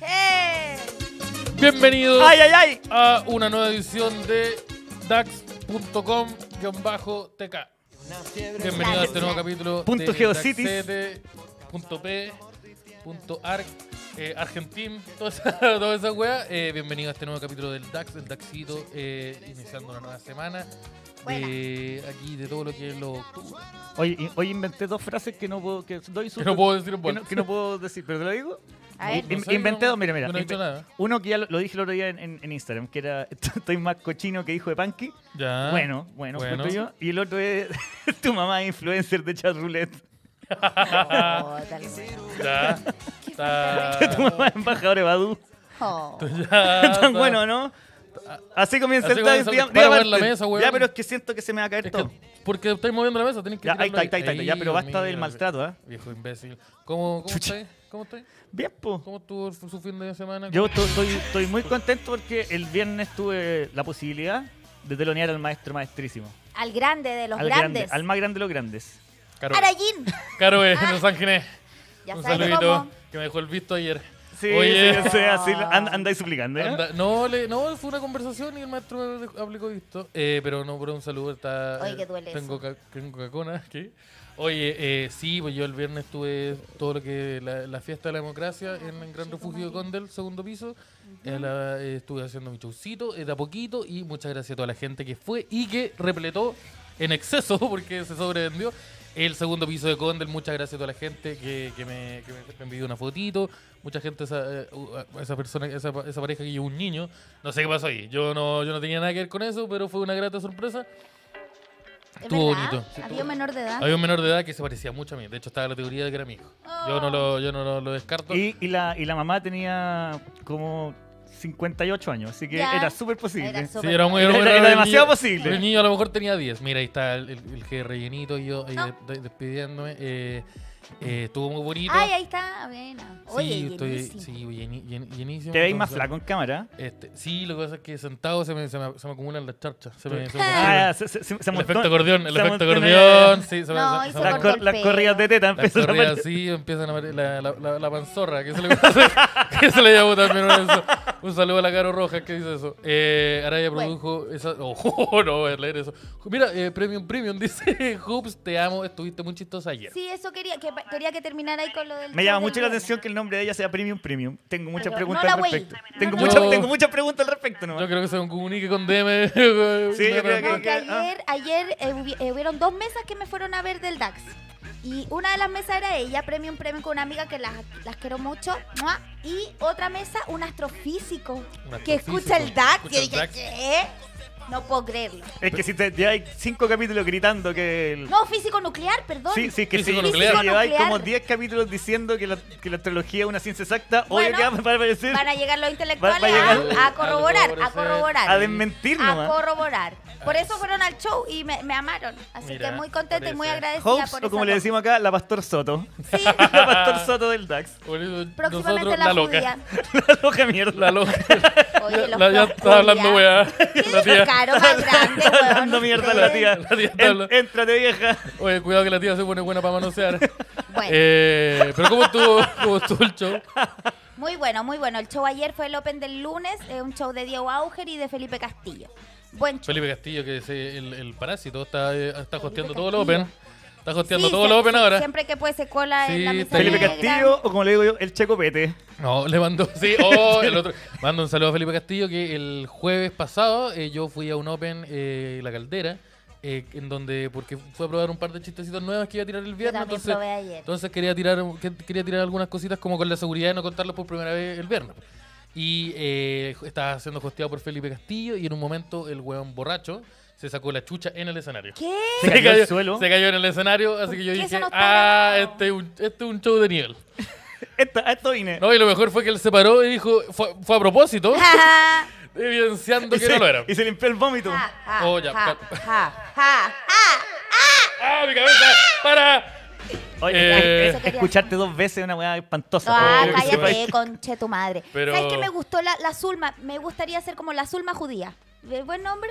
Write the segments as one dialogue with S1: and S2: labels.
S1: ¡Eh!
S2: Bienvenidos
S1: ¡Ay, ay, ay!
S2: a una nueva edición de dax.com-tk. Bienvenidos a este nuevo capítulo
S3: Punto
S2: de
S3: Geocities.
S2: DaxCT, punto P, punto Arc, eh, Argentin, toda esa, toda esa wea. Eh, bienvenido a este nuevo capítulo del DAX, el DAXito, eh, iniciando una nueva semana. De aquí, de todo lo que es lo octubre.
S3: Hoy, in- hoy inventé dos frases que no puedo, que doy
S2: Que
S3: sus-
S2: no puedo decir en
S3: que
S2: vuelta.
S3: no- que no puedo decir, pero te lo digo.
S1: A ver,
S3: In- inventé dos, mira, mira.
S2: No he dicho
S3: Inve-
S2: nada.
S3: Uno que ya lo, lo dije el otro día en, en- en Instagram, que era estoy más cochino que hijo de Panky.
S2: Ya.
S3: Bueno, bueno,
S2: Ah, Bueno.
S3: bueno. yo. Y el otro es tu mamá es influencer de chat roulette.
S1: oh, tal vez.
S2: Ya. Está.
S3: tu mamá es embajador de Badoo.
S1: Oh.
S2: Ya,
S3: Tan
S2: está.
S3: bueno, ¿no? Así comienza
S2: Ah. Así
S3: el día.
S2: comienza el-
S3: día-
S2: para
S3: día
S2: mover la
S3: martes.
S2: mesa, weón.
S3: Ya, pero es que siento que se me va a caer
S2: Es
S3: todo.
S2: que- porque estáis moviendo la mesa, tenéis que
S3: Ya, ahí
S2: tirarlo
S3: está, ahí está, ahí está. Ya, pero
S2: Dios
S3: basta del
S2: mío,
S3: maltrato, ¿eh?
S2: Viejo imbécil. ¿Cómo, cómo
S3: Chucha.
S2: estáis? ¿Cómo estáis?
S3: Bien, po.
S2: ¿Cómo estuvo su su fin de semana?
S3: Yo to- estoy, estoy muy contento porque el viernes tuve la posibilidad de telonear al maestro maestrísimo.
S1: Al grande de los
S3: al grande,
S1: grandes.
S3: al más grande de los grandes.
S2: Caro,
S1: Arayín.
S2: Caro es, Los Ángeles.
S1: Ah, Ya
S2: Un
S1: sabes
S2: saludito
S1: cómo.
S2: que me dejó el visto ayer.
S3: Sí,
S2: Oye.
S3: sí, sí, así and- andáis suplicando, ¿eh?
S2: Anda- no, le- no, fue una conversación y el maestro de- aplicó visto. Eh, pero no, por un saludo está.
S1: Oye, que duele
S2: eh, Tengo, ca- tengo cacona. ¿qué? Oye, eh, sí, pues yo el viernes tuve todo lo que. La, la fiesta de la
S1: Ah,
S2: democracia en el Gran Refugio de Condel, segundo piso. Eh, la- eh, estuve haciendo mi showcito eh, de a poquito y muchas gracias a toda la gente que fue y que repletó en exceso porque se sobrevendió. El segundo piso de Condel, muchas gracias a toda la gente que, que me, que me- me envió una fotito. Mucha gente, esa, eh, u- esa persona, esa, pa- esa pareja que llevó un niño. No sé qué pasó ahí. Yo no, yo no tenía nada que ver con eso, pero fue una grata sorpresa.
S1: ¿Es
S2: Estuvo
S1: verdad?
S2: bonito, sí,
S1: Había
S2: estuvo-
S1: un menor de
S3: Ah.
S1: edad.
S2: Había un menor de edad que se parecía mucho a mí. De hecho, estaba la teoría de que era mi hijo. Yo no lo, yo no lo, lo descarto.
S3: Oh. Y, y la, y la mamá tenía como 58 años, así que
S1: Ya.
S3: era súper posible.
S1: Era
S2: Sí,
S1: súper-
S2: era muy
S3: Era-
S2: muy
S3: era
S2: raro el
S3: demasiado
S2: niño-
S3: posible.
S2: El niño a lo mejor tenía 10. Mira, ahí está el, el, el jefe rellenito y yo ahí de- de- despidiéndome. Eh, eh, estuvo muy bonito.
S1: Ay, ahí está. Buena. Oye,
S2: sí, estoy,
S1: llenísimo.
S2: sí, lleni- llen- llenísimo.
S3: Te veis más
S2: Entonces,
S3: flaco en cámara.
S2: Este, sí, lo que pasa es que sentado se me, se me, se me acumulan las charchas. Se me, se me acumulan.
S3: Ah, se, se, se, se
S2: el
S3: montó-
S2: efecto acordeón, el
S3: se
S2: efecto
S3: montó en-
S2: acordeón. Sí, se me,
S1: No,
S2: se-
S1: y
S2: se
S1: se
S2: me-
S3: Las,
S1: cortó
S3: cor-
S1: el
S3: las
S1: pelo.
S3: corridas de teta
S2: Las
S3: empezó a
S2: correas
S3: aparecer.
S2: así empiezan a aparecer la, la, la, la panzorra, que se le, que se le llamó también una vez eso. Un saludo a la Caro Rojas que dice eso. Eh, Araya
S1: Bueno.
S2: produjo esa. Oh, no voy a leer eso. Mira, eh, Premium Premium dice: Hoops, te amo, estuviste muy chistosa ayer.
S1: Sí, eso quería que, quería que terminara ahí con lo del.
S3: Me llama
S1: show
S3: mucho
S1: del
S3: la
S1: viernes.
S3: atención que el nombre de ella sea Premium Premium. Tengo muchas
S1: Pero
S3: preguntas
S1: no la
S3: al
S1: güey.
S3: respecto.
S1: No,
S3: Tengo,
S1: no,
S3: muchas-
S2: no.
S3: tengo muchas preguntas al respecto nomás.
S2: Yo creo que se comunique con DM. güey.
S3: Sí, yo creo
S1: No, que
S3: que- ah.
S1: ayer, ayer eh, hubi- eh, hubieron dos mesas que me fueron a ver del DAX. Y una de las mesas era ella, premium, premium con una amiga que las, las quiero mucho. ¡mua! Y otra mesa, un astrofísico,
S2: Un
S1: que
S2: astrofísico,
S1: escucha el DAX.
S2: escucha
S1: Yo
S2: el
S1: dije,
S2: DAX.
S1: ¿qué? No puedo creerlo.
S3: Es que si te lleváis cinco capítulos gritando que el.
S1: No, físico nuclear, perdón.
S3: Sí, sí, que si,
S2: Físico
S3: si
S2: nuclear.
S3: lleváis
S1: Nuclear.
S3: como 10 capítulos diciendo que la, que la astrología es una ciencia exacta,
S1: Bueno,
S3: obvio que va a aparecer
S1: Van a llegar los
S3: Va-
S1: intelectuales
S3: va a
S1: a-
S2: llegar-
S1: a, corroborar, a
S2: a
S1: corroborar.
S3: a desmentir
S1: A
S3: nomás.
S1: corroborar. Ah, Por eso fueron al show y me, me amaron. Así
S2: Mira,
S1: que muy contenta y muy
S2: parece.
S1: agradecida
S3: Hopes,
S1: por
S3: o como
S1: esa
S3: le
S1: co-
S3: decimos acá, la Pastor Soto.
S1: Sí,
S3: la Pastor
S2: Ah.
S3: Soto del DAX.
S2: Por eso
S1: próximamente
S2: nosotros-
S1: la,
S2: loca.
S1: judía.
S3: La loca mierda.
S2: La loca.
S1: Oye, los
S2: La- ya
S1: pro-
S2: está hablando,
S1: judía.
S2: weá. La
S1: Qué
S2: tía.
S1: caro más grande,
S3: Está
S1: weón,
S3: hablando
S1: ustedes.
S3: mierda la tía.
S2: La tía está
S3: En-
S2: hablando.
S3: Éntrate, vieja.
S2: Oye, cuidado que la tía se pone buena para manosear.
S1: Bueno,
S2: Eh, pero ¿cómo estuvo, cómo estuvo el show?
S1: muy bueno, muy bueno. El show ayer fue el Open del lunes, eh, un show de Diego Auger y de Felipe Castillo. Buen show.
S2: Felipe Castillo, que es eh, el, el parásito, está, eh, está hosteando
S1: Felipe
S2: todo el
S1: Castillo.
S2: Open. Está hosteando
S1: Sí,
S2: todo el
S1: sie-
S2: Open
S1: sie-
S2: ahora.
S1: Siempre que puede se cola
S2: Sí,
S1: en la mesa
S2: está bien.
S3: Felipe
S1: negra.
S3: Castillo, o como le digo yo, el Checo Pete.
S2: No, le mando, sí, oh, el otro. Mando un saludo a Felipe Castillo, que el jueves pasado eh, yo fui a un Open, eh, La Caldera, eh, en donde, porque fue a probar un par de chistecitos nuevos que iba a tirar el
S1: Yo
S2: viernes.
S1: también
S2: Entonces,
S1: probé ayer.
S2: Entonces quería tirar, que- quería tirar algunas cositas como con la seguridad de no contarlo por primera vez el viernes. Y eh, estaba siendo hosteado por Felipe Castillo y en un momento el hueón borracho se sacó la chucha en el escenario.
S1: ¿Qué?
S3: Se cayó al suelo.
S2: se cayó en el escenario, así
S1: ¿Por
S2: que yo
S1: qué eso
S2: dije,
S1: no está
S2: ah,
S1: grabado?
S2: este es, un, este es un show de nivel.
S3: Esta, a esto vine.
S2: No, y lo mejor fue que él se paró y dijo, fue, fue a propósito,
S1: Ja,
S2: evidenciando
S3: y,
S2: que
S3: se,
S2: no lo era.
S3: y se limpió el vómito.
S1: ja, ja,
S2: Oh, ya,
S1: ja,
S2: cal-
S1: ja, ja, ja.
S2: ¡Ah, mi cabeza! ¡Para!
S3: Oye,
S2: Eh,
S3: es- es- escucharte dos veces es una weá espantosa.
S1: No, ah,
S3: Creo que sepa-
S1: cállate, conche tu madre.
S2: Oh, Pero-
S1: ¿Sabes qué me gustó la, la Zulma? Me gustaría ser como la Zulma judía. ¿De buen nombre?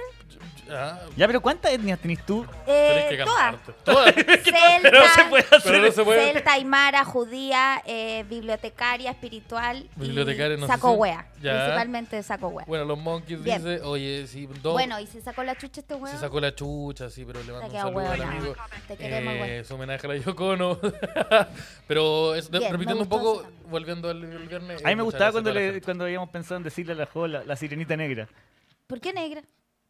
S2: Ah,
S3: Ya, pero ¿cuántas etnias tenés tú?
S2: tenés
S1: Eh,
S2: que
S1: todas.
S2: calmarte. Todas.
S3: Pero no se puede
S1: Celta,
S3: hacer.
S2: Pero no se puede.
S1: celta, aymara, judía, eh, bibliotecaria, espiritual. y
S2: Bibliotecaria, no sé
S1: Saco
S2: si-
S1: wea.
S2: Ya.
S1: Principalmente saco wea.
S2: Bueno, los monkeys
S1: Bien.
S2: dice, oye, sí, dos.
S1: Bueno, y se sacó la chucha este weón.
S2: se sacó la chucha, sí, pero le mando un
S1: queda
S2: saludo al
S1: hueona.
S2: amigo.
S1: Te queremos,
S2: Eh,
S1: güey.
S2: su homenaje a la Yocono. pero es- de-
S1: Bien, me
S2: repitiendo un
S1: gustó
S2: poco,
S1: eso también.
S2: volviendo al, al viernes.
S3: A mí
S2: eh,
S3: me
S2: muchas
S3: gustaba
S2: gracias
S3: cuando,
S2: a toda la
S3: le-
S2: gente.
S3: cuando habíamos pensado en decirle a la Jo la, la sirenita negra.
S1: ¿Por qué negra?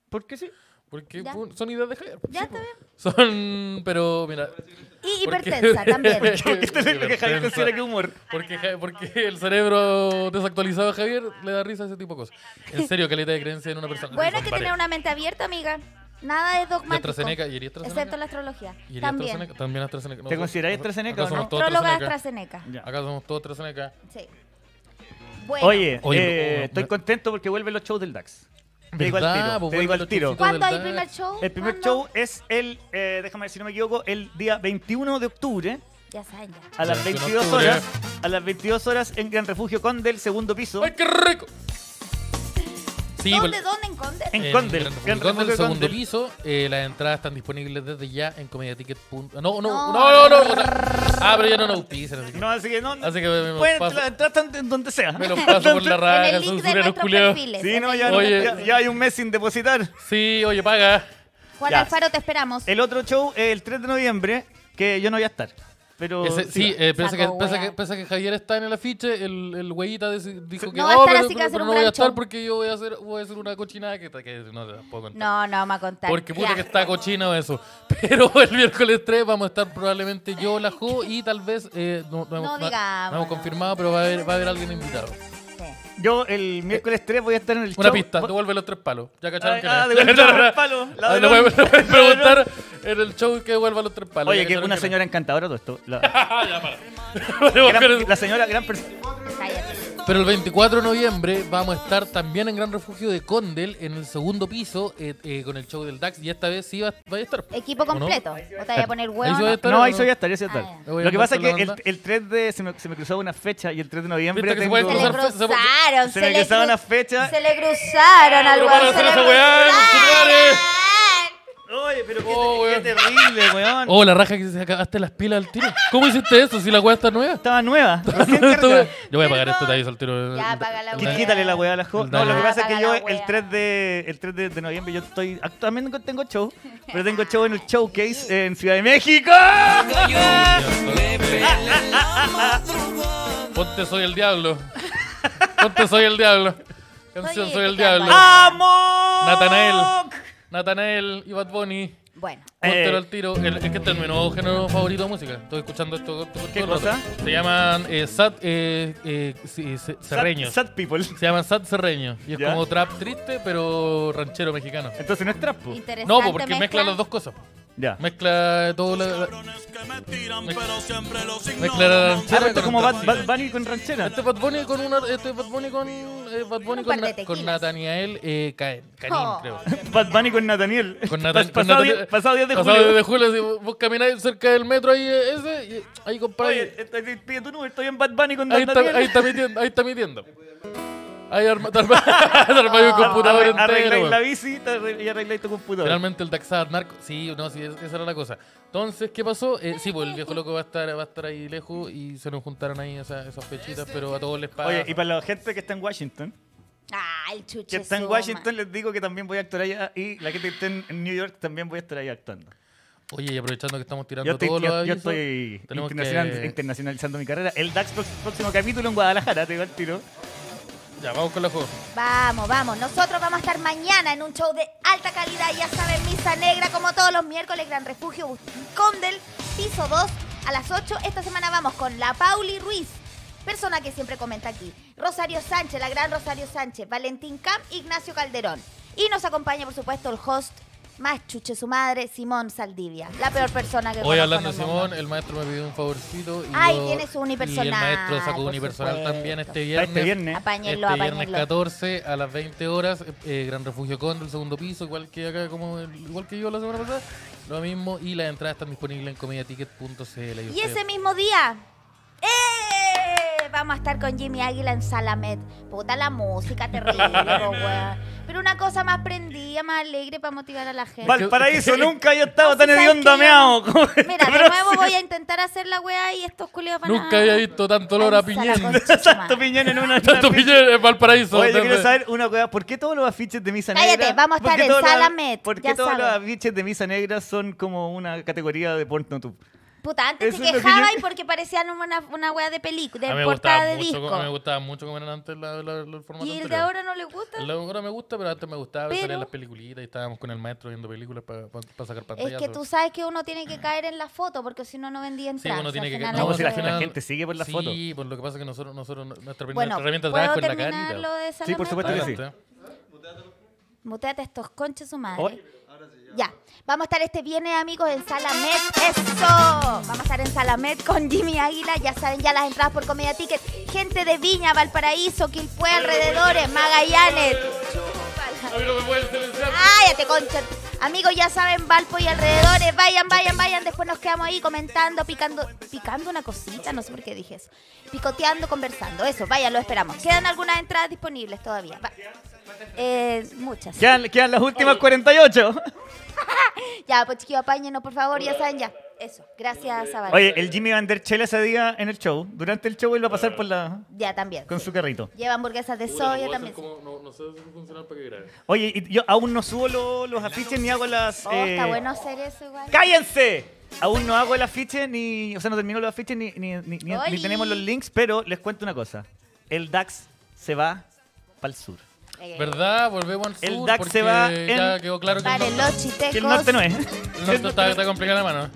S3: ¿Por qué sí?
S2: Porque
S1: Ya.
S2: pu- son ideas de Javier.
S1: Ya,
S2: sí,
S1: está
S2: po. Son, pero mira.
S1: Y
S2: porque-
S1: hipertensa también.
S3: Porque esto es lo que Javier
S2: Hipertensa.
S3: considera que humor.
S2: Porque, Ja- porque el cerebro desactualizado de Javier le da risa a ese tipo de cosas. En serio, caleta de creencia en una persona.
S1: Bueno, hay
S2: Son
S1: que
S2: varias.
S1: tener una mente abierta, amiga. Nada es
S2: Y
S1: dogmático.
S2: AstraZeneca, y eres AstraZeneca.
S1: Excepto la astrología.
S2: ¿Y eres
S1: También.
S2: AstraZeneca? También AstraZeneca. No,
S3: ¿Te
S2: so-
S3: consideras
S2: acá
S3: AstraZeneca o
S2: somos
S3: no?
S2: todos
S1: Astróloga
S2: AstraZeneca.
S1: AstraZeneca.
S3: Ya.
S2: Acá somos todos AstraZeneca.
S1: Sí. Bueno,
S3: Oye,
S2: Oye,
S3: eh,
S2: no,
S3: estoy
S2: no.
S3: contento porque vuelven los shows del DAX. Te digo
S2: ¿Verdad?
S3: al tiro.
S2: Pues
S3: te digo
S2: vuelven
S3: al
S2: los
S3: tiro.
S2: showcitos.
S1: ¿cuándo hay
S2: del
S1: primer
S2: DAX.
S1: show?
S3: El primer
S1: ¿Cuándo?
S3: show es el, eh, déjame ver si no me equivoco, el día 21 de octubre
S1: Ya saben, ya.
S3: a las
S2: 21 de
S3: 22
S2: octubre.
S3: horas. A las 22 horas en Gran Refugio Conde, el segundo piso.
S2: ¡Ay, qué rico! Sí,
S1: ¿Dónde,
S2: vol-
S1: dónde, en Conde?
S3: En
S2: en
S3: Condel,
S2: Gran-
S3: Gran
S2: en Condel,
S3: Refugio
S2: segundo
S3: Condel.
S2: piso. Eh, las entradas están disponibles desde ya en comediaticket. No, no, no,
S1: No.
S2: no, no. no, no. Ah, pero ya no nos auspician, así que-
S3: No, así que no. no-
S2: Así que me, me
S3: pueden
S2: paso,
S3: entrar tanto en donde sea.
S2: me los paso por la raja,
S1: en el link de
S2: censura a los
S1: nuestros
S2: culiados.
S1: perfiles.
S3: Sí,
S1: en
S3: no,
S1: el
S3: ya,
S1: link.
S2: Oye.
S3: ya- ya hay un mes sin depositar.
S2: Sí, oye, paga.
S1: Juan
S3: Ya.
S1: Alfaro, te esperamos.
S3: El otro show es el 3 de noviembre, que yo no voy a estar. Pero
S2: Ese- sí, eh, pese, que,
S1: Saco
S2: pese
S1: wea.
S2: que, pese que Javier está en el afiche, el, el güeyita deci- dijo que "Oh,
S1: No va a estar,
S2: pero,
S1: así que va a ser
S2: pero
S1: un
S2: no voy a
S1: gran
S2: estar
S1: show".
S2: porque yo voy a hacer, voy a hacer una cochinada que, que no te la puedo contar.
S1: No, no, vamos a contar.
S2: Porque puta
S1: Ya.
S2: que está cochino eso. Pero el miércoles 3 vamos a estar probablemente yo, la Jo y tal vez. eh, no, no hemos,
S1: digamos,
S2: no hemos
S1: no.
S2: confirmado, pero va a haber, va a haber alguien invitado.
S1: Sí.
S3: yo el miércoles 3 voy a estar en el
S2: Una
S3: show.
S2: pista,
S3: Vo-
S2: devuelve los tres palos. Ya cacharon
S3: Ay,
S2: que
S3: Ah,
S2: no.
S3: de vuelta
S2: No, no,
S3: al
S2: no.
S3: palo.
S2: Ah,
S3: ladrón,
S2: le voy a- le voy a
S3: ladrón.
S2: preguntar en el show que devuelva los tres palos.
S3: Oye,
S2: Ya
S3: que
S2: cacharon
S3: una
S2: no.
S3: señora encantadora todo esto. La,
S2: Ah, ya, para. Pero
S3: gran-
S2: el-
S3: la señora gran persona.
S1: Cállate.
S2: Pero el 24 de noviembre vamos a estar también en Gran Refugio de Condel, en el segundo piso, eh, eh, con el show del DAX. Y esta vez sí va, va a estar.
S1: Equipo
S2: ¿O no?
S1: completo. O te voy a poner
S2: Ahí se va a
S1: huevo.
S2: estar,
S3: No,
S2: ¿o
S3: ahí soy
S2: no?
S3: hasta, ahí soy
S1: Ah,
S3: hasta.
S1: ya.
S2: Le voy a
S3: Lo que pasa es
S2: mostrar
S3: que
S2: la
S3: el,
S2: onda.
S3: el 3 de se me, se me cruzaba una fecha y el 3 de noviembre
S2: Viste que se puede
S1: Se le
S2: cruzar
S3: tengo,
S2: fe- se-
S1: cruzaron.
S3: se me
S1: le
S3: cruzaba
S1: cru-
S3: una fecha.
S1: Se le cruzaron al
S2: Pero
S1: weón.
S2: para
S1: Se
S2: hacer
S1: le
S2: esa weá,
S1: cruzaron.
S3: Oye, pero qué,
S2: Oh,
S3: qué
S2: weón.
S3: terrible, weón.
S2: Oh, la raja que se sacaste las pilas al tiro. ¿Cómo hiciste eso si la weá está nueva?
S3: Estaba nueva. recién cargada.
S2: Yo voy a pagar esto de ahí al tiro.
S1: Ya, paga la
S2: Una-
S3: Quí-
S1: weá.
S3: Quítale la weá a la jo. No, lo que
S2: Ya,
S3: pasa es
S1: apaga
S3: que yo
S1: la
S3: el
S1: weá.
S3: 3 de, el 3 de, de noviembre yo estoy. Actualmente tengo show, pero tengo show en el showcase en Ciudad de México.
S2: Ponte soy el diablo. Ponte soy el diablo. Canción
S1: Oye,
S2: soy el
S1: te amo.
S2: diablo.
S3: ¡Vamos!
S2: Natanael. Natanael y Bad Bunny.
S1: Bueno.
S2: Póntelo
S3: Eh.
S2: al tiro. El- es que este es mi nuevo género favorito de música. Estoy escuchando esto. esto-
S3: ¿Qué
S2: todo el rato. Se llaman eh, Sad eh, eh, sí, se- Serreños.
S3: Sad, sad people.
S2: Se llaman Sad Serreños. Y es
S3: ¿Ya?
S2: como trap triste, pero ranchero mexicano.
S3: Entonces no es trapo.
S1: Interesante.
S2: No, po, porque mezcla las dos cosas.
S3: Ya. Ah,
S2: Mezcla todo la, la-
S4: cabrones que me tiran, pero siempre los
S2: mezcla la
S4: ignoro.
S2: ranchera
S3: Ah, pero esto
S2: con
S3: es como
S2: el
S3: Bad,
S2: trap.
S3: Bad Bunny con ranchera.
S2: Este Bad Bunny con una, este Bad Bunny con, eh, Bad Bunny
S1: Un
S2: con,
S1: par de
S2: Na- con
S1: tequilas.
S2: Nathaniel eh, Caen, Canin,
S1: Oh.
S2: creo.
S3: Bad Bunny con Nataniel.
S2: Con Nathan-
S3: Pas-
S2: con
S3: pasado,
S2: Nathan-
S3: día- pasado 10 de
S2: pasado
S3: julio.
S2: 10 de julio, así, vos camináis cerca del metro ahí eh, ese, y ahí compráis.
S3: Oye, este- este- pide tu número, estoy en Bad Bunny con
S2: Ahí está,
S3: Nataniel.
S2: ahí está mi tienda, ahí está mi tienda. Ahí arma, te arma- te armáis un computador entero.
S3: Ah, Arregla- Arregláis la
S2: weón.
S3: bici te arre- y arregláis tu computador.
S2: Finalmente el Daxad narco. Sí, no, sí, es- esa era la cosa. Entonces, ¿qué pasó? Eh, sí, pues el viejo loco va a estar, va a estar ahí lejos y se nos juntaron ahí esas, esas fechitas, pero a todos les paga.
S3: Oye, y para la gente que está en Washington,
S1: Ah, el chuche.
S3: que está en
S1: suma.
S3: Washington, les digo que también voy a actuar allá y la gente que está en en New York también voy a estar ahí actuando.
S2: Oye, y aprovechando que estamos tirando
S3: Yo estoy,
S2: todos los
S3: yo, yo
S2: avisos,
S3: estoy
S2: tenemos
S3: internacional-
S2: que-
S3: internacionalizando mi carrera. El DAX pro- próximo capítulo en Guadalajara, te digo al tiro.
S2: Ya, vamos con la juego.
S1: Vamos, vamos. Nosotros vamos a estar mañana en un show de alta calidad. Ya saben, misa negra, como todos los miércoles, Gran Refugio, Agustín Condel, piso 2, a las 8. Esta semana vamos con la Pauli Ruiz, persona que siempre comenta aquí. Rosario Sánchez, la gran Rosario Sánchez, Valentín Camp, Ignacio Calderón. Y nos acompaña, por supuesto, el host más chuche su madre, Simón Saldivia, la peor persona que
S2: Hoy
S1: conozco
S2: hablando de
S1: en el mundo.
S2: Simón, el maestro me pidió un favorcito. Y
S1: Ay,
S2: yo-
S1: tiene su unipersonal,
S2: Y el maestro sacó
S1: por
S2: unipersonal
S1: supuesto.
S2: también este
S3: Para
S2: viernes.
S3: este viernes.
S1: Apáñenlo,
S2: este viernes
S1: apáñenlo.
S2: 14 a las 20 horas, eh, Gran Refugio Condor, segundo piso, igual que acá, como el- igual que yo la semana pasada. Lo mismo, y las entradas están disponibles en comediaticket.cl.
S1: Y ese mismo día, ¡eh! Vamos a estar con Jimmy Águila en Salamet. Puta la música terrible, po, weón. Pero una cosa más prendida, más alegre para motivar a la gente.
S3: Valparaíso nunca yo estaba tan
S1: ¿Sabes
S3: hediondo
S1: qué?
S3: meao como este
S1: Mira, de
S3: Brasil.
S1: nuevo voy a intentar hacer la weá y estos culiados van a...
S2: Nunca había visto tanto olor a
S1: Piensa la
S2: piñera.
S1: concha de su madre.
S3: Tanto piñón en una.
S2: Tanto piñera en Valparaíso.
S3: Oye, yo quiero
S2: desde-
S3: saber una cosa. ¿Por qué todos los afiches de misa
S1: Cállate,
S3: negra?
S1: vamos a
S3: por
S1: estar
S3: qué
S1: en
S3: todos los-
S1: Sala Met,
S3: ¿Por
S1: ya
S3: qué todos los
S1: saben.
S3: afiches de misa negra son como una categoría de pornotube?
S1: Puta, antes
S3: Eso
S1: se
S3: es lo que
S1: quejaba
S3: yo-
S1: y porque parecían una, una weá de película,
S2: A mí
S1: de
S2: me
S1: portada
S2: gustaba
S1: de
S2: mucho,
S1: disco.
S2: a mí me gustaba mucho comer antes la, la- la- el formato
S1: Y el de
S2: anterior.
S1: ahora no le gusta.
S2: El de ahora me gusta, pero antes me gustaba ver
S1: Pero-
S2: las peliculitas y estábamos con el maestro viendo películas para sacar
S1: Es
S2: pantallas.
S1: que tú sabes que uno tiene que caer en la foto porque si no, no vendía entradas.
S2: uno tiene
S1: Al
S2: que-
S1: final
S2: no,
S1: la
S3: No,
S2: pues
S3: si la,
S1: otra
S2: al
S1: weá.
S3: la
S2: final-
S3: gente sigue por la
S2: sí,
S3: foto.
S2: por lo que pasa es que nosotros, nosotros nuestra, nuestra
S1: Bueno,
S2: herramienta de
S1: ¿puedo
S2: trabajo es la
S1: terminar lo
S2: carita.
S1: de
S3: Sí, por
S1: Salamanca?
S3: supuesto que sí.
S2: Adelante.
S1: Muteate estos conches su madre.
S3: Oye.
S1: Ya, vamos a estar este viernes, amigos, en Salamet. ¡Eso! Vamos a estar en Salamet con Jimmy Águila. Ya saben, ya las entradas por Comedia Ticket. Gente de Viña, Valparaíso, Quilpue, alrededores, Magallanes. Chúpala.
S2: A mí no me pueden silenciar.
S1: ¡Cállate, concha! Amigos, ya saben, Valpo y alrededores. Vayan, vayan, vayan. Después nos quedamos ahí comentando, picando, picando una cosita. No sé por qué dije eso. Picoteando, conversando. Eso, vayan, lo esperamos. Quedan algunas entradas disponibles todavía. Va. Eh, muchas.
S3: Quedan, quedan las últimas 48.
S1: Ya, pues chiquillos, apáñenos, por favor, ya saben, ya. Eso, gracias a
S3: Oye, eh, el Jimmy Van der Chel ese día en el show. Durante el show él va a pasar por la,
S1: Ya, también.
S3: con
S1: sí.
S3: su carrito.
S1: Lleva hamburguesas de soya también. sí.
S2: no, sé si funciona para que grabe.
S3: Oye, y yo aún no subo lo- los afiches ni hago las.
S1: Oh,
S3: eh,
S1: está bueno hacer eso igual.
S3: ¡Cállense! Aún no hago el afiche ni. O sea, no termino los afiches ni, ni, ni- ni-
S1: ¡Ay!
S3: ni tenemos los links, pero les cuento una cosa. El DAX se va para el sur.
S1: Eh,
S2: ¿Verdad? Volvemos al sur.
S3: El DAX se
S2: porque
S3: va
S2: Ya
S3: en-
S2: quedó claro que el
S1: Vale,
S2: norte-
S1: los chitecos.
S3: Que el norte no es.
S2: el norte está, está complicada la mano. ¿eh?